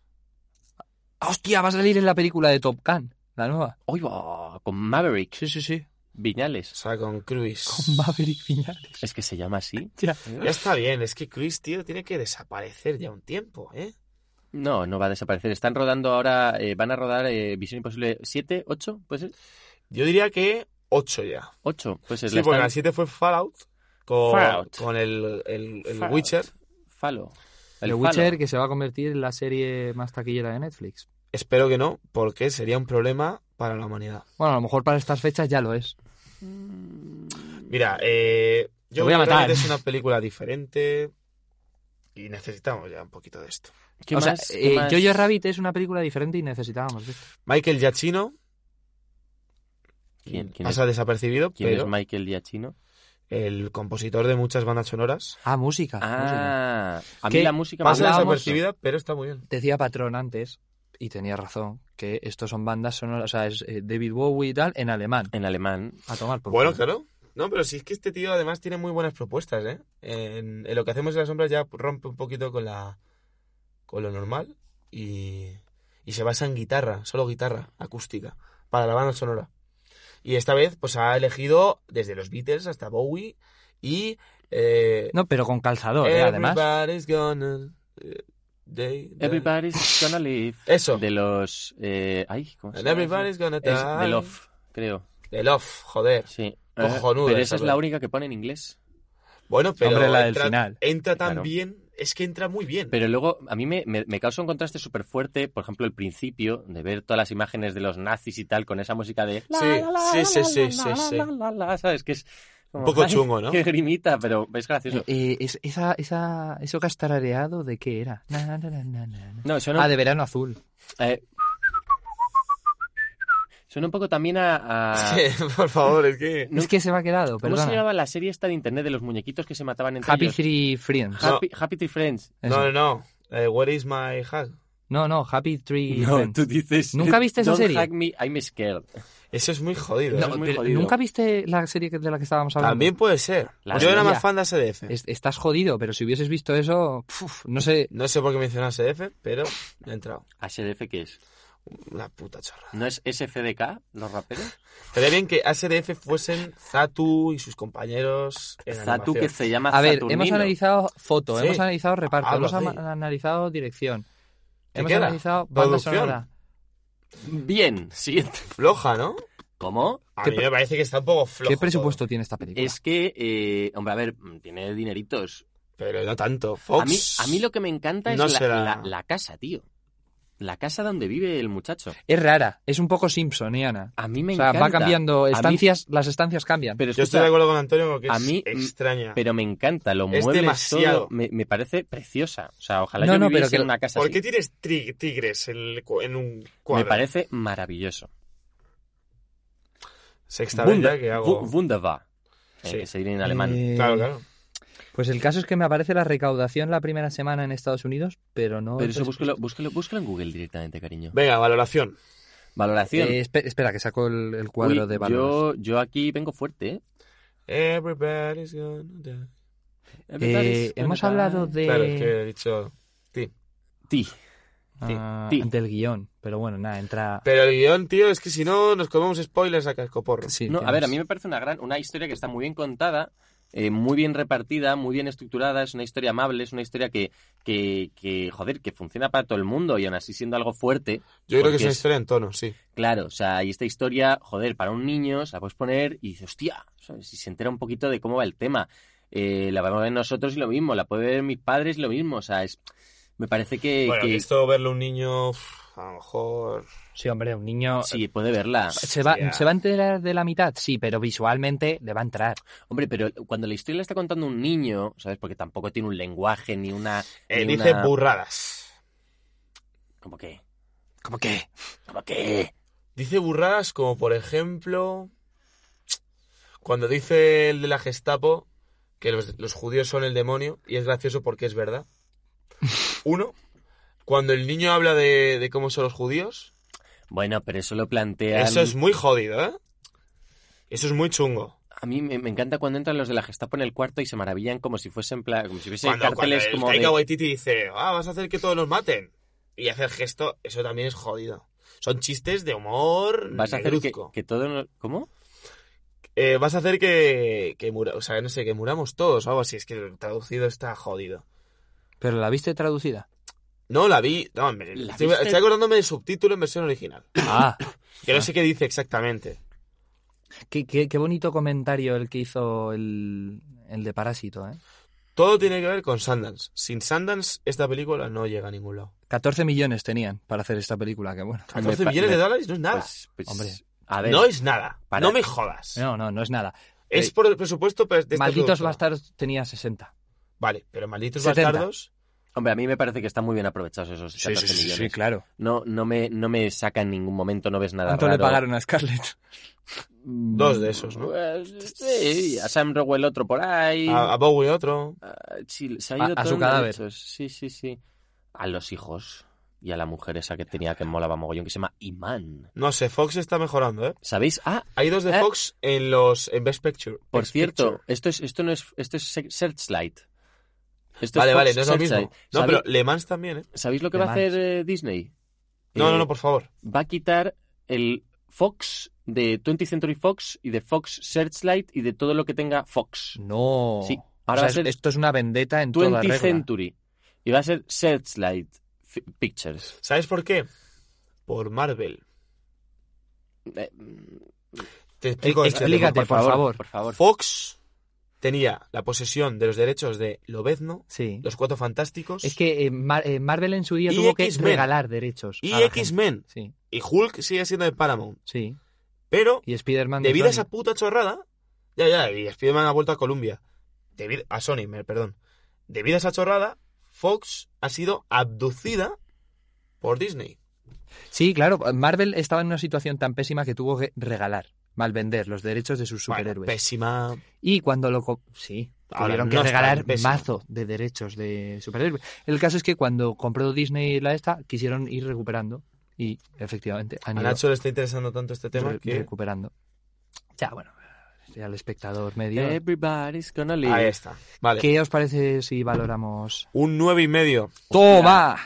¡Ah, ¡Hostia! Va a salir en la película de Top Gun, la nueva.
Hoy va con Maverick
Sí, sí, sí.
O
Viñales.
sea, con Cruz.
Con Maverick Viñales.
Es que se llama así.
<laughs> Ya.
Ya está bien, es que Cruz, tío, tiene que desaparecer ya un tiempo, ¿eh?
No, no va a desaparecer. Están rodando ahora, eh, van a rodar eh, Visión Imposible 7, 8, puede ser.
Yo diría que 8 ya.
8, puede ser.
Sí,
pues La
porque
están-
la 7 fue Fallout con,
Fallout.
con el, el, el
Fallout.
Witcher.
Falo.
El
Falo.
Witcher que se va a convertir en la serie más taquillera de Netflix.
Espero que no, porque sería un problema para la humanidad.
Bueno, a lo mejor para estas fechas ya lo es.
Mira, eh, yo
Te voy a
creo que
matar.
es una película diferente y necesitamos ya un poquito de esto.
¿Qué
o sea,
más? ¿Qué
eh,
más?
Jojo Rabbit es una película diferente y necesitábamos esto.
Michael Giacchino
¿Quién, quién es,
pasa desapercibido,
quién es
pero
Michael Giacchino?
el compositor de muchas bandas sonoras
Ah, música. música.
Ah, a mí
¿Qué?
la música me
pasa
Hablábamos-
gusta mucho.
desapercibida, pero está muy bien.
Decía Patrón antes, y tenía razón, que estos son bandas sonoras, o sea, es eh, David Bowie y tal, en alemán.
En alemán.
A tomar por
Bueno,
culo.
claro. No, pero sí es que este tío además tiene muy buenas propuestas, ¿eh? En, en lo que hacemos en las sombras ya rompe un poquito con la con lo normal y, y se basa en guitarra, solo guitarra acústica, para la banda sonora. Y esta vez pues ha elegido desde los Beatles hasta Bowie y... Eh,
No, pero con calzador, ¿eh? además.
Everybody's gonna... eh, they- they-
Everybody's gonna live.
Eso.
De los... Eh, ay, ¿cómo se
And
llama?
everybody's gonna
Es de
die.
Love, creo.
De Love, joder.
Sí.
Cojonuda
Pero
esa
esa es la
¿eh?
peli.
única que pone en inglés.
Bueno, pero
Hombre, la del
entra,
final.
entra tan
Claro.
bien, es que entra muy bien.
Pero luego a mí me, me- me causa un contraste súper fuerte, por ejemplo, el principio de ver todas las imágenes de los nazis y tal con esa música de... la,
Sí,
la, la,
sí,
la,
sí,
la,
sí,
la,
sí,
la,
sí.
la, la, la, ¿Sabes? Que es... como,
poco
<laughs> ay,
chungo, ¿no? <laughs>
Qué grimita, pero es gracioso.
Eh, es- esa, esa, eso que has tarareado, ¿de qué era? Na, na, na, na, na, na.
No, suena,
Ah, de verano azul.
eh, suena un poco también a... a-
Es que, por favor, es que...
No-
Es que se me ha quedado,
¿Cómo se
perdona.
llamaba la serie esta de internet de los muñequitos que se mataban entre
Happy
ellos?
Three Friends.
Happy, Happy Tree Friends.
Eso.
No, no, no. Eh, where is my hug?
No, no, Happy Three
No,
Friends.
tú dices...
¿Nunca viste esa
"Don't
serie?
hack me, I'm scared.
Eso es muy jodido.
No,
¿eh?
es muy
pero
jodido.
¿Nunca viste la serie que- de la que estábamos hablando?
También puede ser.
La
Yo era
Biblia.
más fan de ASDF.
Es- estás jodido, pero si hubieses visto eso, puf, no sé.
No sé por qué mencionas ASDF, pero he entrado.
¿HDF qué es?
Una puta chorra.
¿No es SFDK, los raperos?
Estaría bien que ASDF fuesen Zatu y sus compañeros en
Zatu que
animación.
se llama
A ver,
Saturnino.
hemos analizado foto,
Sí.
hemos analizado reparto,
Algo
hemos ama-
así.
analizado dirección,
¿Qué
hemos
queda?
analizado banda
Producción.
sonora.
Bien, siguiente.
Floja, ¿no?
¿Cómo?
A
¿Qué
mí
pre-
me parece que está un poco flojo.
¿Qué presupuesto tiene esta película?
Es que, eh, hombre, a ver, tiene dineritos.
todo. Pero no tanto.
A mí,
Fox.
a mí lo que me encanta es
No
la,
será.
la- la casa, tío. La casa donde vive el muchacho.
Es rara, es un poco Simpsoniana.
A mí me
O sea,
encanta.
va cambiando
mí-
estancias, las estancias cambian.
Pero,
Yo estoy
escucha,
de acuerdo con Antonio porque es
a mí-
extraña.
pero me encanta, lo
Es
muebles
demasiado.
todo, me, me parece preciosa. O sea, ojalá
No,
yo
no,
viviese
pero que-
en una casa
¿Por qué
así.
tienes tri- tigres en, el cu- en un
Me
cuadro?
parece maravilloso.
Sexta vez
Wunder-
ya que hago...
wu- Wunderbar. Eh,
Sí.
que se diría en alemán.
Eh,
Claro, claro.
Pues el caso es que me aparece la recaudación la primera semana en Estados Unidos, pero no.
Pero eso
el
búscalo, búscalo, búscalo en Google directamente, cariño.
Venga, valoración.
Valoración.
Eh, espe- espera, que saco el, el cuadro
Uy,
de valores.
Yo, yo aquí vengo fuerte, ¿eh?
Everybody's gonna die.
Eh, hemos hablado de
Claro,
Eh.
es que he dicho...
Ti.
ah,
sí.
del guión, pero bueno, nada, entra.
Pero el guión, tío, es que si no nos comemos spoilers a cascoporro.
Sí,
No, a
tienes-
ver, a mí me parece una gran, una historia que está muy bien contada, eh, muy bien repartida, muy bien estructurada, es una historia amable, es una historia que, que, que, joder, que funciona para todo el mundo y aún así siendo algo fuerte,
Yo creo
Porque
que es una
es-
historia en tono, sí.
claro, o sea, y esta historia, joder, para un niño se la puedes poner y dices, hostia, ¿sabes? si se entera un poquito de cómo va el tema, eh, la vamos a ver nosotros y lo mismo, la puede ver mis padres y lo mismo, o sea, es, me parece que,
bueno,
que-
que esto verlo un niño, uf, a lo mejor...
Sí, hombre, un niño.
sí, puede verla.
¿Se va,
Hostia.
¿Se va a enterar de la mitad? Sí, pero visualmente le va a entrar.
Hombre, pero cuando la historia la está contando un niño, ¿sabes? Porque tampoco tiene un lenguaje ni una.
Eh,
ni
dice
una-
burradas.
¿Cómo qué?
¿Cómo qué?
¿Cómo qué?
Dice burradas como, por ejemplo... Cuando dice el de la Gestapo que los, los judíos son el demonio, y es gracioso porque es
<laughs>
verdad. Uno, cuando el niño habla de, de cómo son los judíos,
Bueno, pero eso lo plantea.
eso es muy jodido, ¿eh? Eso es muy chungo.
A mí me, me encanta cuando entran los de la Gestapo en el cuarto y se maravillan como si fuesen pla- como si fuesen
Cuando, cuando
carteles
el
como
Taika
de-
Waititi dice, ah, vas a hacer que todos nos maten, y hace el gesto, eso también es jodido. Son chistes de humor
vas a hacer que,
negruzco.
que todo no- ¿Cómo?
Eh, vas a hacer que, que mura- o sea, no sé, que muramos todos o algo así. Es que el traducido está jodido.
Pero la viste traducida.
No, la vi. No, me-
¿La
estoy,
viste?
estoy acordándome del subtítulo en versión original.
Ah,
Que no sé qué dice exactamente.
qué, qué- qué bonito comentario el que hizo el, el de Parásito, ¿eh?
Todo tiene que ver con Sundance. Sin Sundance, esta película no llega a ningún lado.
14 millones tenían para hacer esta película, que bueno.
14
Me pa-
millones de
me-
dólares no es nada.
Pues- pues,
Hombre.
A ver.
no es nada.
Para- eh,
No me jodas.
No, no, no es nada.
Es por el presupuesto pues, de este
Malditos
producto.
Bastardos tenía 60.
Vale, pero Malditos
70.
Bastardos.
Hombre, a mí me parece que están muy bien aprovechados esos 14 millones.
claro.
No, no me, no me saca en ningún momento, no ves nada
¿Cuánto
raro.
le pagaron a Scarlett?
Mm,
Dos de esos, ¿no?
pues, sí, a Sam Rockwell otro por ahí.
A, a Bowie otro.
Ah, sí, se ha
A-
ido
a
todo
su
en la
cadáver.
leche. Sí, sí, sí. A los hijos y a la mujer esa que tenía que molaba mogollón, que se llama Iman.
No sé, Fox está mejorando, ¿eh?
¿Sabéis? Ah,
Hay dos de
Eh.
Fox en los en Best Picture.
por
Best
cierto,
Picture.
esto es, esto no es, esto es Se- Searchlight. Esto
Vale,
es
vale,
Fox
no es lo
Searchlight.
mismo. No,
¿Sabéis,
pero Le Mans también, ¿eh?
sabéis lo que
Le
va a
Mans.
hacer eh, Disney?
No,
Eh,
no, no, por favor.
Va a quitar el Fox de 20th Century Fox y de Fox Searchlight y de todo lo que tenga Fox.
No.
Sí.
O
Ahora
sea,
va a ser
esto es una vendetta en toda
20th
regla.
Century. Y va a ser Searchlight F- Pictures.
¿Sabes por qué? Por Marvel.
Eh,
Te explico. este
Eh, explícate,
tema.
por favor.
Por favor.
Fox tenía la posesión de los derechos de Lobezno,
Sí.
Los Cuatro Fantásticos
Es que eh, Mar- eh, Marvel en su día
Y
tuvo que
X-Men.
regalar derechos.
y
a la
X-Men.
gente. Sí,
Y Hulk sigue siendo de Paramount.
sí.
Pero,
Y Spider-Man. de
debido a
Sony.
esa puta chorrada... Ya, ya, y Spider-Man ha vuelto a Columbia. Debido, a Sony, me- perdón. Debido a esa chorrada, Fox ha sido abducida por Disney.
Sí, claro. Marvel estaba en una situación tan pésima que tuvo que regalar, malvender los derechos de sus
Bueno,
superhéroes.
pésima...
Y cuando lo... co- Sí,
Ahora,
tuvieron
no
que
es
regalar
tan pésimo.
mazo de derechos de superhéroes. El caso es que cuando compró Disney la esta, quisieron ir recuperando y efectivamente han
A
ido
Nacho le está interesando tanto este tema
re-
que...
recuperando. Ya, bueno, ya el espectador medio.
Everybody's gonna live.
Ahí está. Eh, Vale.
¿Qué os parece si valoramos?
Un nueve y medio.
¡Toma!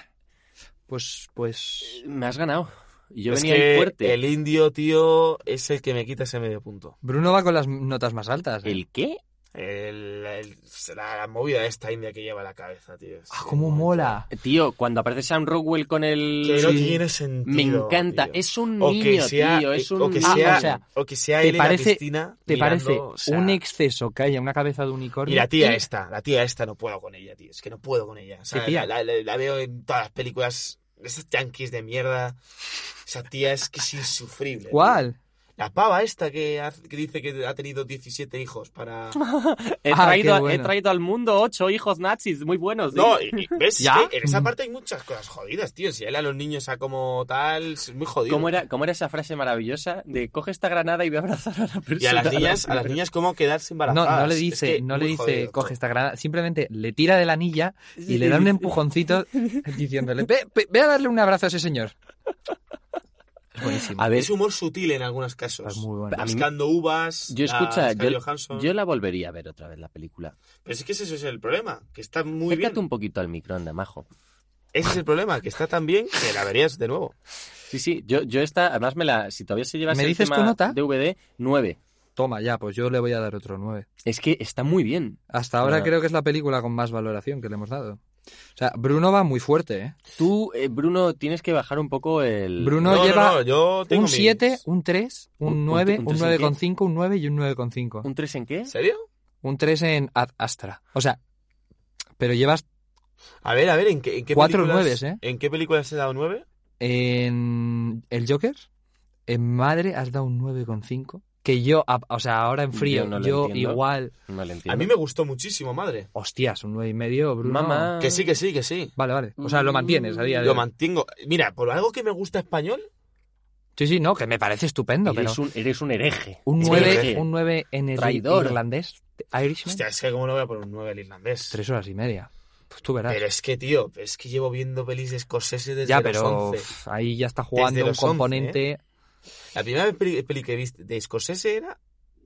Pues, pues...
Me has ganado. Yo
es
venía ahí
que
fuerte.
el indio, tío, es el que me quita ese medio punto.
Bruno va con las notas más altas. ¿eh?
¿El qué?
El- el- la, la movida esta india que lleva la cabeza, tío.
¡Ah,
Sí,
cómo
un momento.
mola!
Tío, cuando aparece Sam Rockwell con
Que
el.
no
Sí.
tiene sentido.
Me encanta.
tío.
Es un
O que
niño,
sea-
tío. Es un
o que
Ah,
sea,
o sea,
o que sea
¿te
él y la
parece-
Cristina
¿Te
mirando,
parece
o sea,
un exceso que haya una cabeza de unicornio?
Y la tía
y-
esta, la tía esta no puedo con ella, tío. Es que no puedo con ella. O sea,
¿Qué tía?
La, la- la veo en todas las películas. Esas yanquis de mierda. Esa tía es que es insufrible. tío.
¿Cuál?
La pava esta que, hace- que dice que ha tenido 17
<laughs>
hijos para...
He,
Ah,
traído,
qué bueno.
he traído al mundo ocho hijos nazis muy buenos.
No,
tío.
y- y- ¿ves?
¿Ya? Mm.
Es que en esa parte hay muchas cosas jodidas, tío. Si él a los niños a como tal, es muy jodido.
¿Cómo era, ¿Cómo era esa frase maravillosa de coge esta granada y ve a abrazar a la persona?
Y
<laughs>
a las
<laughs>
niñas, a las niñas cómo quedarse
No,
embarazadas.
no le
Es
dice,
que
no le
muy
dice,
jodido,
coge
tío.
esta granada. Simplemente le tira de la anilla y le da
<laughs>
un empujoncito diciéndole, ve, ve- ve a darle un abrazo a ese señor. Es buenísimo.
A ver,
Es humor sutil en algunos
Es
casos.
muy bueno.
A mí-
Mascando uvas.
yo
la
escucha, yo,
Scarlett Johansson.
yo la volvería a ver otra vez la película.
Pero es que ese es el problema, que está muy
Acércate
bien.
un poquito al microondas, majo.
Ese es el problema, que está tan bien que la verías de nuevo.
Sí, sí, yo, yo esta, además me la, si todavía se lleva
¿Me
el
dices
tema
tu nota?
DVD, 9.
Toma, ya, pues yo le voy a dar otro 9.
Es que está muy bien.
Hasta ahora
Bueno.
creo que es la película con más valoración que le hemos dado. O sea, Bruno va muy fuerte, ¿eh?
Tú, eh, Bruno, tienes que bajar un poco el...
Bruno- No, lleva
yo tengo
un
mis-
7, un 3,
Un- un
un 9,
tre-
un
un tres en
9,5, un 9 y un 9,5.
¿Un 3 en qué?
¿En serio?
Un 3 en Ad Astra. O sea, pero llevas
A ver, a ver, ¿en qué, en qué
Cuatro
películas...
nueves, ¿eh?
¿En qué películas he dado nueve?
en el Joker, en Madre has dado un 9,5. Que yo, a- o sea, ahora en frío,
Yo
yo,
no lo entiendo.
igual...
No lo
A
entiendo.
mí me gustó muchísimo, madre.
Hostias, un 9,5, Bruno.
Mamá...
Que sí, que sí, que sí.
Vale, vale. O sea, lo mantienes a día de
Lo
hoy.
mantengo. Mira, por algo que me gusta español,
Sí, sí, no, que me parece estupendo, pero
eres, un, eres un hereje.
un
Eres
nueve-
9,
hereje.
un 9 en el
Traidor.
irlandés, Irishman,
Hostia, es que como no voy a poner un 9 al irlandés.
tres horas y media. Pues tú verás.
Pero es que, tío, es que llevo viendo pelis de Scorsese desde
ya,
los
pero
11.
pf, ahí ya está jugando un
los ¿eh? 11,
componente.
La primera peli, peli que viste de Scorsese era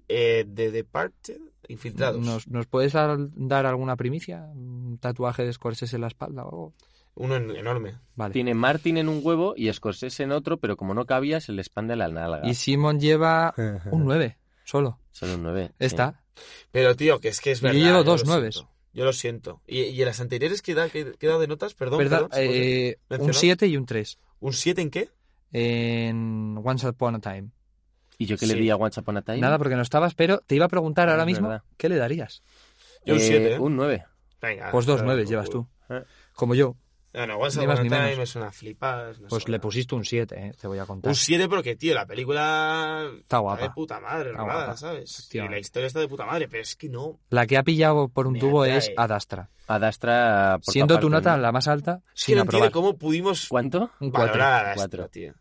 eh, The Departed, Infiltrados.
¿Nos, nos puedes al- dar alguna primicia? ¿Un tatuaje de Scorsese en la espalda o algo?
Uno en- enorme.
Vale.
Tiene Martin en un huevo y Scorsese en otro, pero como no cabía, se le expande la nalga.
Y Simon lleva un 9, solo.
Solo un 9.
Está.
Pero, tío, que es que es
Yo
verdad.
llevo dos
lo
nueves.
siento. Yo lo siento. ¿Y, y en las anteriores que he dado- que, que he dado de notas? Perdón,
¿Verdad?
perdón, ¿se puede?
Eh, un
mencionar?
7 y un 3
¿Un 7 en qué?
en Once Upon a Time.
¿Y yo qué le
Sí.
di a Once Upon a Time? Ah,
Nada porque no estabas, pero te iba a preguntar
Es
ahora mismo,
verdad.
¿qué le darías?
Yo un
Eh,
7, ¿eh?
Un 9.
Venga,
Pues dos
claro,
9
por
llevas
culo.
tú.
Ah, Eh.
Como yo,
No, no, Once
Ni
Upon
más
a
ni
Time
menos.
me suena flipas. no
pues
suena-
le pusiste un 7, eh, te voy a contar.
Un 7 porque, tío, la película
Está
está de
guapa.
puta madre,
Está
grabada,
guapa,
¿sabes? Y
efectivamente.
la historia está de puta madre, pero es que no.
La que ha pillado por un
Me
tubo es
eh.
atrae.
Adastra.
Adastra. por
Siendo
todas
tu
partes,
nota
¿no?
la más alta,
Es que
sin
no entiendo
aprobar.
cómo pudimos
¿Cuánto?
Un 4.
valorar a
Cuatro.
esta, tío.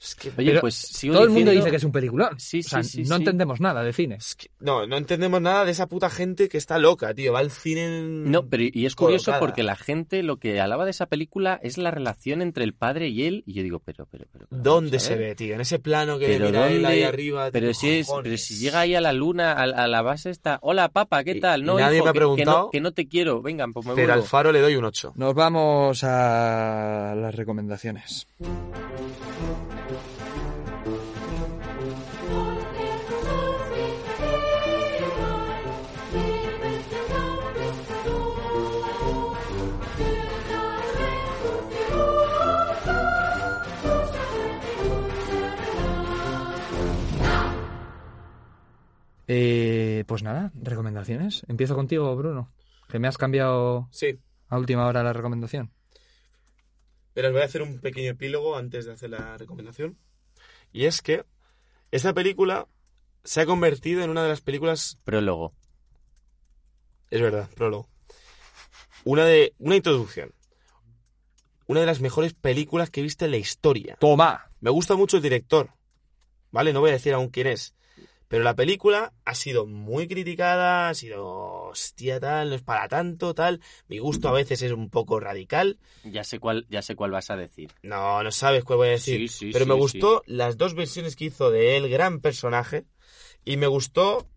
Es que,
Oye,
Pero
pues sigo
Todo el mundo
diciendo-
dice que es un peliculón.
Sí,
o sea,
sí, sí,
no
sí.
entendemos nada de cine.
es que- no, no entendemos nada de esa puta gente que está loca, tío. Va al cine en...
No, pero y es curioso
colocada.
porque la gente lo que alaba de esa película es la relación entre el padre y él. Y yo digo, pero, pero, pero. pero,
¿Dónde
vamos a
se
ver.
ve, tío? En ese plano que
Pero
le mira él ahí
¿dónde?
arriba.
Pero
tío,
si, es, pero
cojones.
si llega ahí a la luna, a, a la base está, hola papá, ¿qué
Y-
tal?
y
No,
nadie
hijo,
me ha
que- que no-
preguntado.
Que, no, te quiero, vengan, pues me
Pero al
vuelvo.
faro le doy un 8.
Nos vamos a las recomendaciones. Eh, pues nada, recomendaciones. Empiezo contigo, Bruno, que me has cambiado
Sí,
a última hora la recomendación.
pero os voy a hacer un pequeño epílogo antes de hacer la recomendación. Y es que esta película se ha convertido en una de las películas
Prólogo.
Es verdad, prólogo. Una de. Una introducción. Una de las mejores películas que he visto en la historia.
¡Toma!
Me gusta mucho el director. ¿Vale? No voy a decir aún quién es. Pero la película ha sido muy criticada, ha sido. Hostia, tal, no es para tanto, tal. Mi gusto a veces es un poco radical.
Ya sé cuál, ya sé cuál vas a decir.
No, no sabes cuál voy a decir.
Sí, sí,
pero me
sí,
gustó las dos versiones que hizo de él, gran personaje. Y me gustó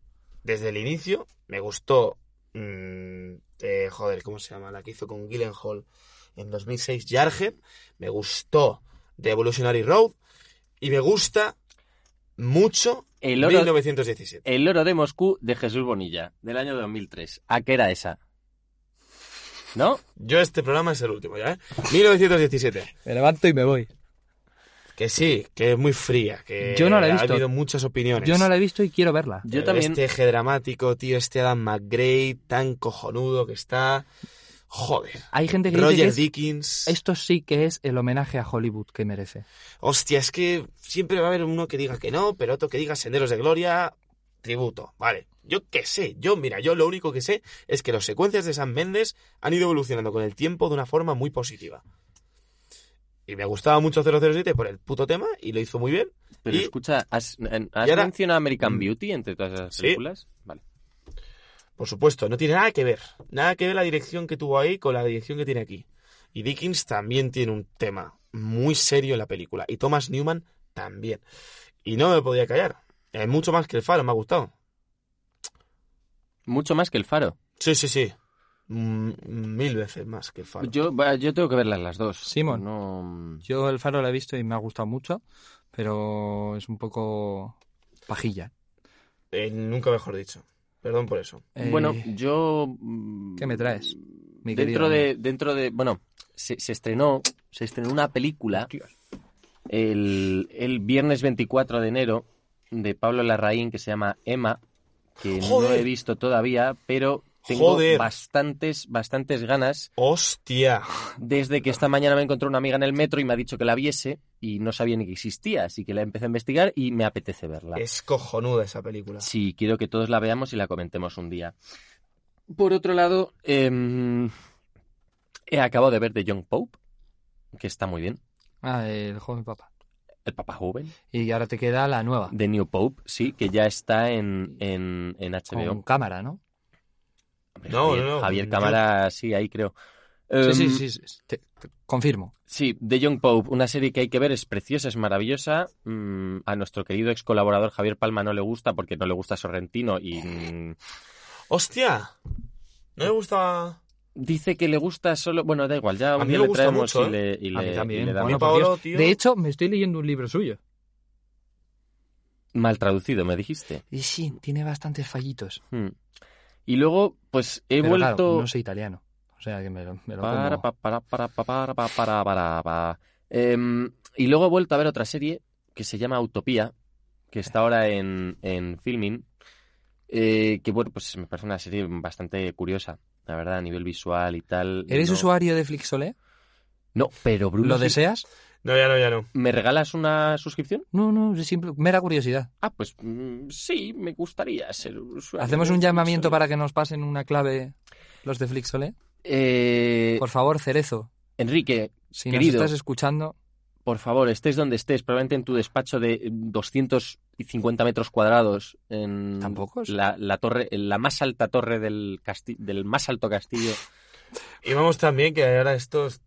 desde el inicio. Me gustó. mm, eh, joder, ¿cómo se llama? La que hizo con Gyllenhaal en 2006, Jarhead. Me gustó The Evolutionary Road. Y me gusta mucho
El oro,
1917.
el oro de Moscú de Jesús Bonilla, del año 2003. ¿A qué era esa? ¿No?
Yo, este programa es el último ya, ¿eh? 1917.
Me levanto y me voy.
Que sí, que es muy fría. Que
Yo no la he
Ha
visto.
habido muchas opiniones.
Yo no la he visto y quiero verla.
Yo
Pero
también.
Este eje dramático, tío, este Adam McGray tan cojonudo que está. Joder.
Hay gente que dice que
Roger
es-
Dickens.
esto sí que es el homenaje a Hollywood que merece.
Hostia, es que siempre va a haber uno que diga que no, pero otro que diga Senderos de Gloria, tributo. Vale. Yo qué sé. Yo, mira, yo lo único que sé es que las secuencias de San Méndez han ido evolucionando con el tiempo de una forma muy positiva. Y me gustaba mucho 007 por el puto tema y lo hizo muy bien.
Pero
y-
escucha, ¿has, en- has
y ahora-
mencionado American
Mm.
Beauty entre todas esas
Sí.
películas? Vale.
Por supuesto, no tiene nada que ver. Nada que ver la dirección que tuvo ahí con la dirección que tiene aquí. Y Dickens también tiene un tema muy serio en la película. Y Thomas Newman también. Y no me podía callar. Es mucho más que el faro, me ha gustado.
Mucho más que el faro.
Sí, sí, sí. Mm, Mil veces más que el faro.
Yo, va, yo tengo que verlas las dos.
Simón.
No...
Yo El Faro la he visto y me ha gustado mucho, pero es un poco pajilla.
Eh, nunca mejor dicho. Perdón por eso.
Eh,
Bueno, yo. mm,
¿qué me traes, mi querido
dentro de, dentro de. Bueno, se, se estrenó. Se estrenó una película el, el viernes 24 de enero de Pablo Larraín que se llama Emma, que no
Joder.
he visto todavía, pero tengo
Joder.
bastantes, bastantes ganas
¡Hostia!
desde que esta mañana me encontró una amiga en el metro y me ha dicho que la viese y no sabía ni que existía, así que la empecé a investigar y me apetece verla.
Es cojonuda esa película.
Sí, quiero que todos la veamos y la comentemos un día. Por otro lado, eh, he acabado de ver de Young Pope, que está muy bien.
Ah, el joven papá.
El Papa Joven.
Y ahora te queda la nueva.
The New Pope, sí, que ya está en, en, en
Con
HBO.
cámara, ¿no?
Hombre,
No,
Javier,
no, no,
Javier
yo-
Cámara, sí, ahí creo. Em,
sí, sí, sí. sí, te- te- confirmo.
Sí, The Young Pope, una serie que hay que ver, es preciosa, es maravillosa. Mm, a nuestro querido ex colaborador Javier Palma no le gusta porque no le gusta Sorrentino y
Eh.
mm,
¡Hostia! No me gusta.
dice que le gusta solo. Bueno, da igual, ya
A
un
mí
día
me
le
gusta
traemos
mucho,
y le, y
¿eh? A
le-
mí
y
también.
le
Bueno, pues- por
damos.
Pablo,
Dios.
tío.
De hecho, me estoy leyendo un libro suyo.
Mal traducido, me dijiste.
Y sí, tiene bastantes fallitos.
Mm. Y luego, pues he
Pero
vuelto.
claro, no soy italiano. O sea que me lo, me lo
Para,
como.
pa, para, para, pa, para, pa, para, para, pa. Em, y luego he vuelto a ver otra serie que se llama Utopía, que está ahora en, en filming, eh, que bueno, pues me parece una serie bastante curiosa, la verdad, a nivel visual y tal.
¿Eres
no,
usuario de Flixolé?
No, pero Bruno,
¿Lo
sí-
deseas?
No, ya no, ya no.
¿me regalas una suscripción?
No, no, es simple, mera curiosidad.
Ah, pues mm, sí, me gustaría ser usuario.
¿Hacemos
de
un llamamiento
Flixolé.
para que nos pasen una clave los de Flixolé?
Eh,
Por favor, Cerezo,
Enrique,
si
Querido.
nos estás escuchando,
por favor, estés donde estés, probablemente en tu despacho de eh, 250 metros cuadrados en
¿Tan pocos?
la, la torre, en la más alta torre del casti- del más alto castillo.
Y vamos también que ahora estos.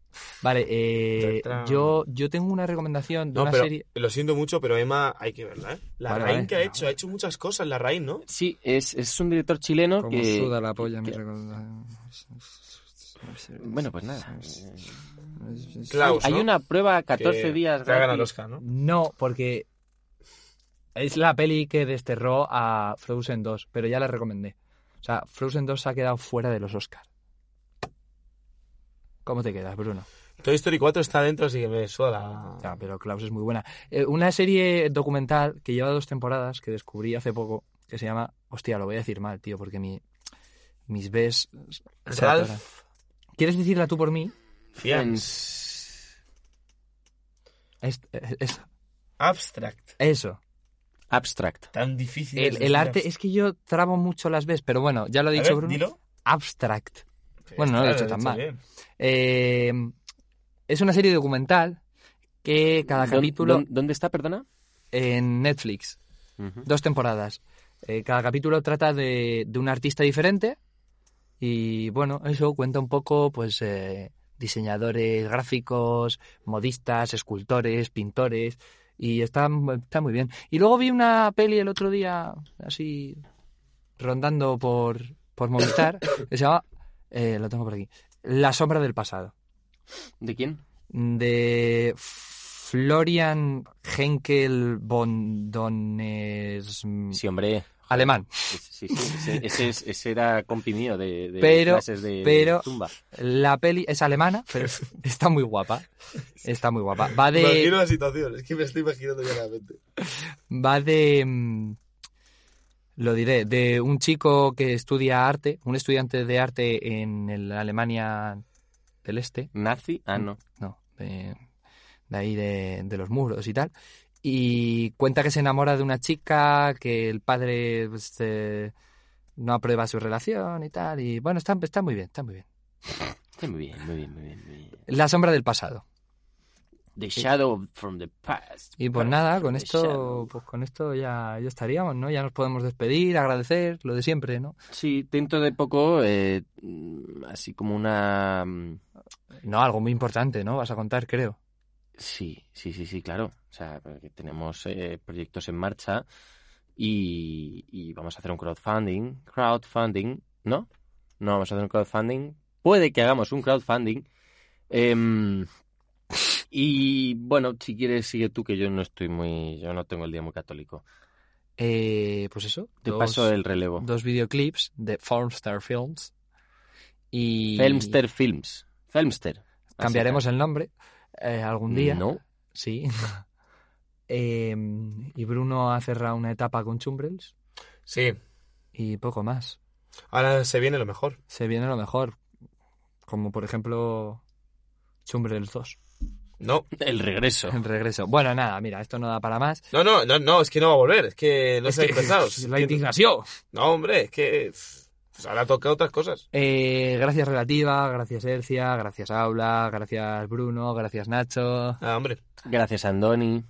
Vale, eh,
Tra, tra.
yo, yo tengo una recomendación de
No,
una
pero
serie.
lo siento mucho, pero Emma hay que verla, ¿eh? La
Vale,
Rain
vale.
que ha hecho, ha hecho muchas cosas la Rain, ¿no?
Sí, es, es un director chileno que
la polla,
mi que-
recomendación.
bueno, pues nada.
Klaus,
Hay
¿no?
una prueba
Que
14 días
Te hagan al
gratis.
Oscar, ¿no?
No, porque es la peli que desterró a Frozen 2, pero ya la recomendé. O sea, Frozen 2 se ha quedado fuera de los Oscars. ¿Cómo te quedas, Bruno?
Toy Story 4 está dentro, así que me suda la.
Ya, pero Klaus es muy buena. Eh, una serie documental que lleva dos temporadas que descubrí hace poco que se llama. Hostia, lo voy a decir mal, tío, porque mi, mis ves.
Ralph
¿Quieres decirla tú por mí?
Fiennes.
Es- es- es-
Abstract.
eso.
Abstract.
Tan difícil. es
El,
decir
el arte. Es que yo trabo mucho las ves, pero bueno, ya lo ha
abstract. A
dicho
ver,
Bruno.
dilo.
Abstract. Bueno, no lo he
Claro,
hecho tan mal.
bien.
Eh, es una serie documental que cada
¿Dó-
capítulo
dó- ¿Dónde está, perdona?
en Netflix,
Ujú.
dos temporadas. Eh, cada capítulo trata de, de un artista diferente y bueno, eso cuenta un poco, pues, eh, diseñadores gráficos, modistas, escultores, pintores y está, está muy bien. Y luego vi una peli el otro día, así, rondando por, por Movistar, que se llama, eh, lo tengo por aquí, La sombra del pasado
¿De quién?
de Florian Henkel von Dones...
Sí, hombre.
Alemán.
Sí, sí, sí, ese, ese es- ese era compi mío de, de
Pero-
clases de, de
pero-
zumba.
La peli es alemana, pero está muy guapa. Está muy guapa. Va
Imagino
de...
la situación, es que me estoy imaginando ya la mente.
Va de... mm, Lo diré, de un chico que estudia arte, un estudiante de arte en el- Alemania del Este,
Nazi, ah no.
no, de, de ahí de, de los muros y tal. Y cuenta que se enamora de una chica, que el padre pues, eh, no aprueba su relación y tal. Y bueno, está, está muy bien, está muy bien.
Sí, muy bien, muy bien, muy bien, muy bien.
La sombra del pasado.
The Shadow from the Past.
Y pues
Past
nada,
from
con
the
esto,
shadow.
pues con esto ya, ya estaríamos, ¿no? Ya nos podemos despedir, agradecer, lo de siempre, ¿no?
Sí, dentro de poco, eh, mm, así como una. mm,
No, algo muy importante, ¿no? Vas a contar, creo.
Sí, sí, sí, sí, claro. O sea, porque tenemos eh, proyectos en marcha y, y vamos a hacer un crowdfunding. Crowdfunding, ¿no? No vamos a hacer un crowdfunding. Puede que hagamos un crowdfunding. Em, y bueno, si quieres, sigue tú, que yo no estoy muy. Yo no tengo el día muy católico.
Eh, pues eso.
Te
dos-
paso el relevo.
Dos videoclips de Formstar Films. Y
Filmster Films. Filmster. Así
cambiaremos el nombre eh,
tal.
algún día.
No.
Sí. <laughs> Eh, y Bruno ha cerrado una etapa con Chumbrels
Sí,
y poco más.
ahora se viene lo mejor.
Se viene lo mejor. Como por ejemplo Chumbrels 2.
No,
<laughs>
El regreso.
El regreso. Bueno, nada, mira, esto no da para más.
no, no, no, no, es que no va a volver, es que no
Es
estáis
que- <laughs>
pesados.
la indignación.
No, hombre, es que pff, pues ahora toca otras cosas.
Eh, gracias Relativa, gracias Ercia, gracias Aula, gracias Bruno, gracias Nacho,
Ah, hombre.
Gracias, Andoni.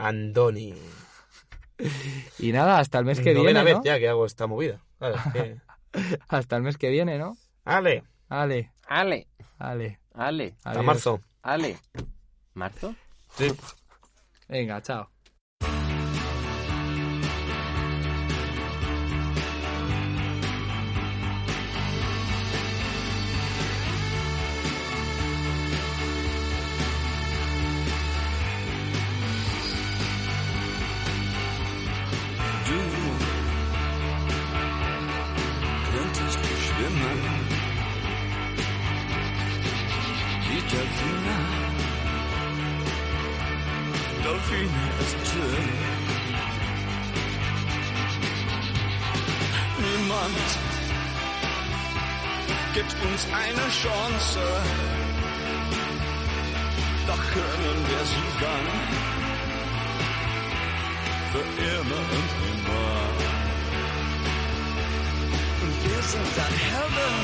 Andoni.
Y nada, hasta el mes que viene,
Novena vez
¿no?
ya que hago esta movida. Vale,
<laughs>
que-
Hasta el mes que viene, ¿no?
Ale,
Ale,
Ale,
ale.
ale,
hasta
adiós.
marzo.
ale. ¿Marzo?
Sí.
Venga, chao.
Du könntest schwimmen wie Delfine. Delfine ist schön. Niemand gibt uns eine Chance, doch können wir sie dann für immer und immer. Und wir sind dann Heaven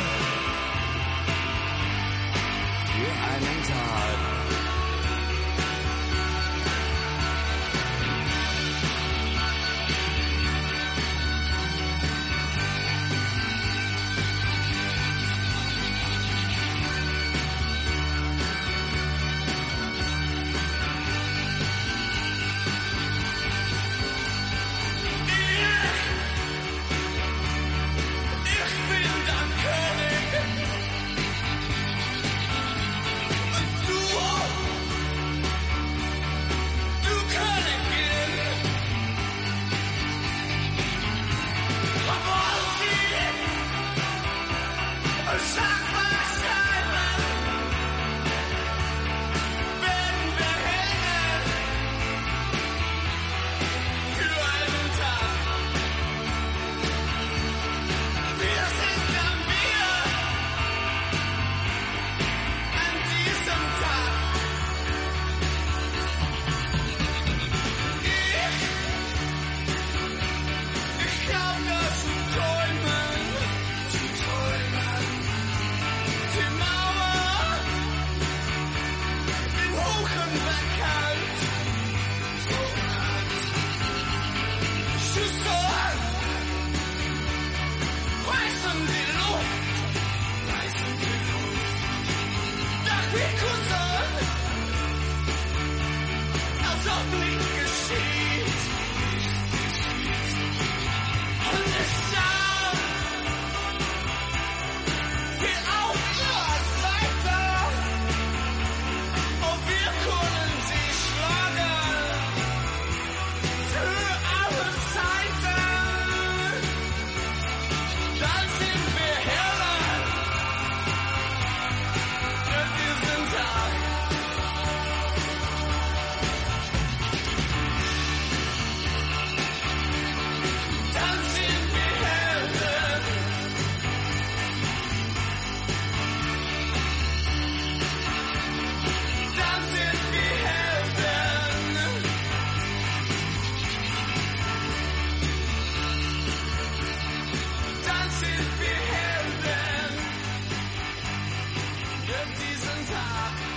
für einen Tag. Ich bin dein König. Und du, du Königin. Verwalt sie. Und sag was einmal. Werden wir hängen. Für einen Tag. Wir sind am Bier an diesem Tag. Ich, ich glaube zu träumen, zu träumen. Die Mauer im Hochen bekannt. Schüsse reißen die Luft. Reißen die Luft. Doch wir kussen, als ob nichts geschieht. Und es schauen wir auf ihrer Seite. Und wir können sie schlagen. Für alle Zeiten. Dann sind wir Herren für diesen Tag. Dann sind wir Helden. Dann sind wir Helden. Dann sind wir Helden. Für diesen Tag.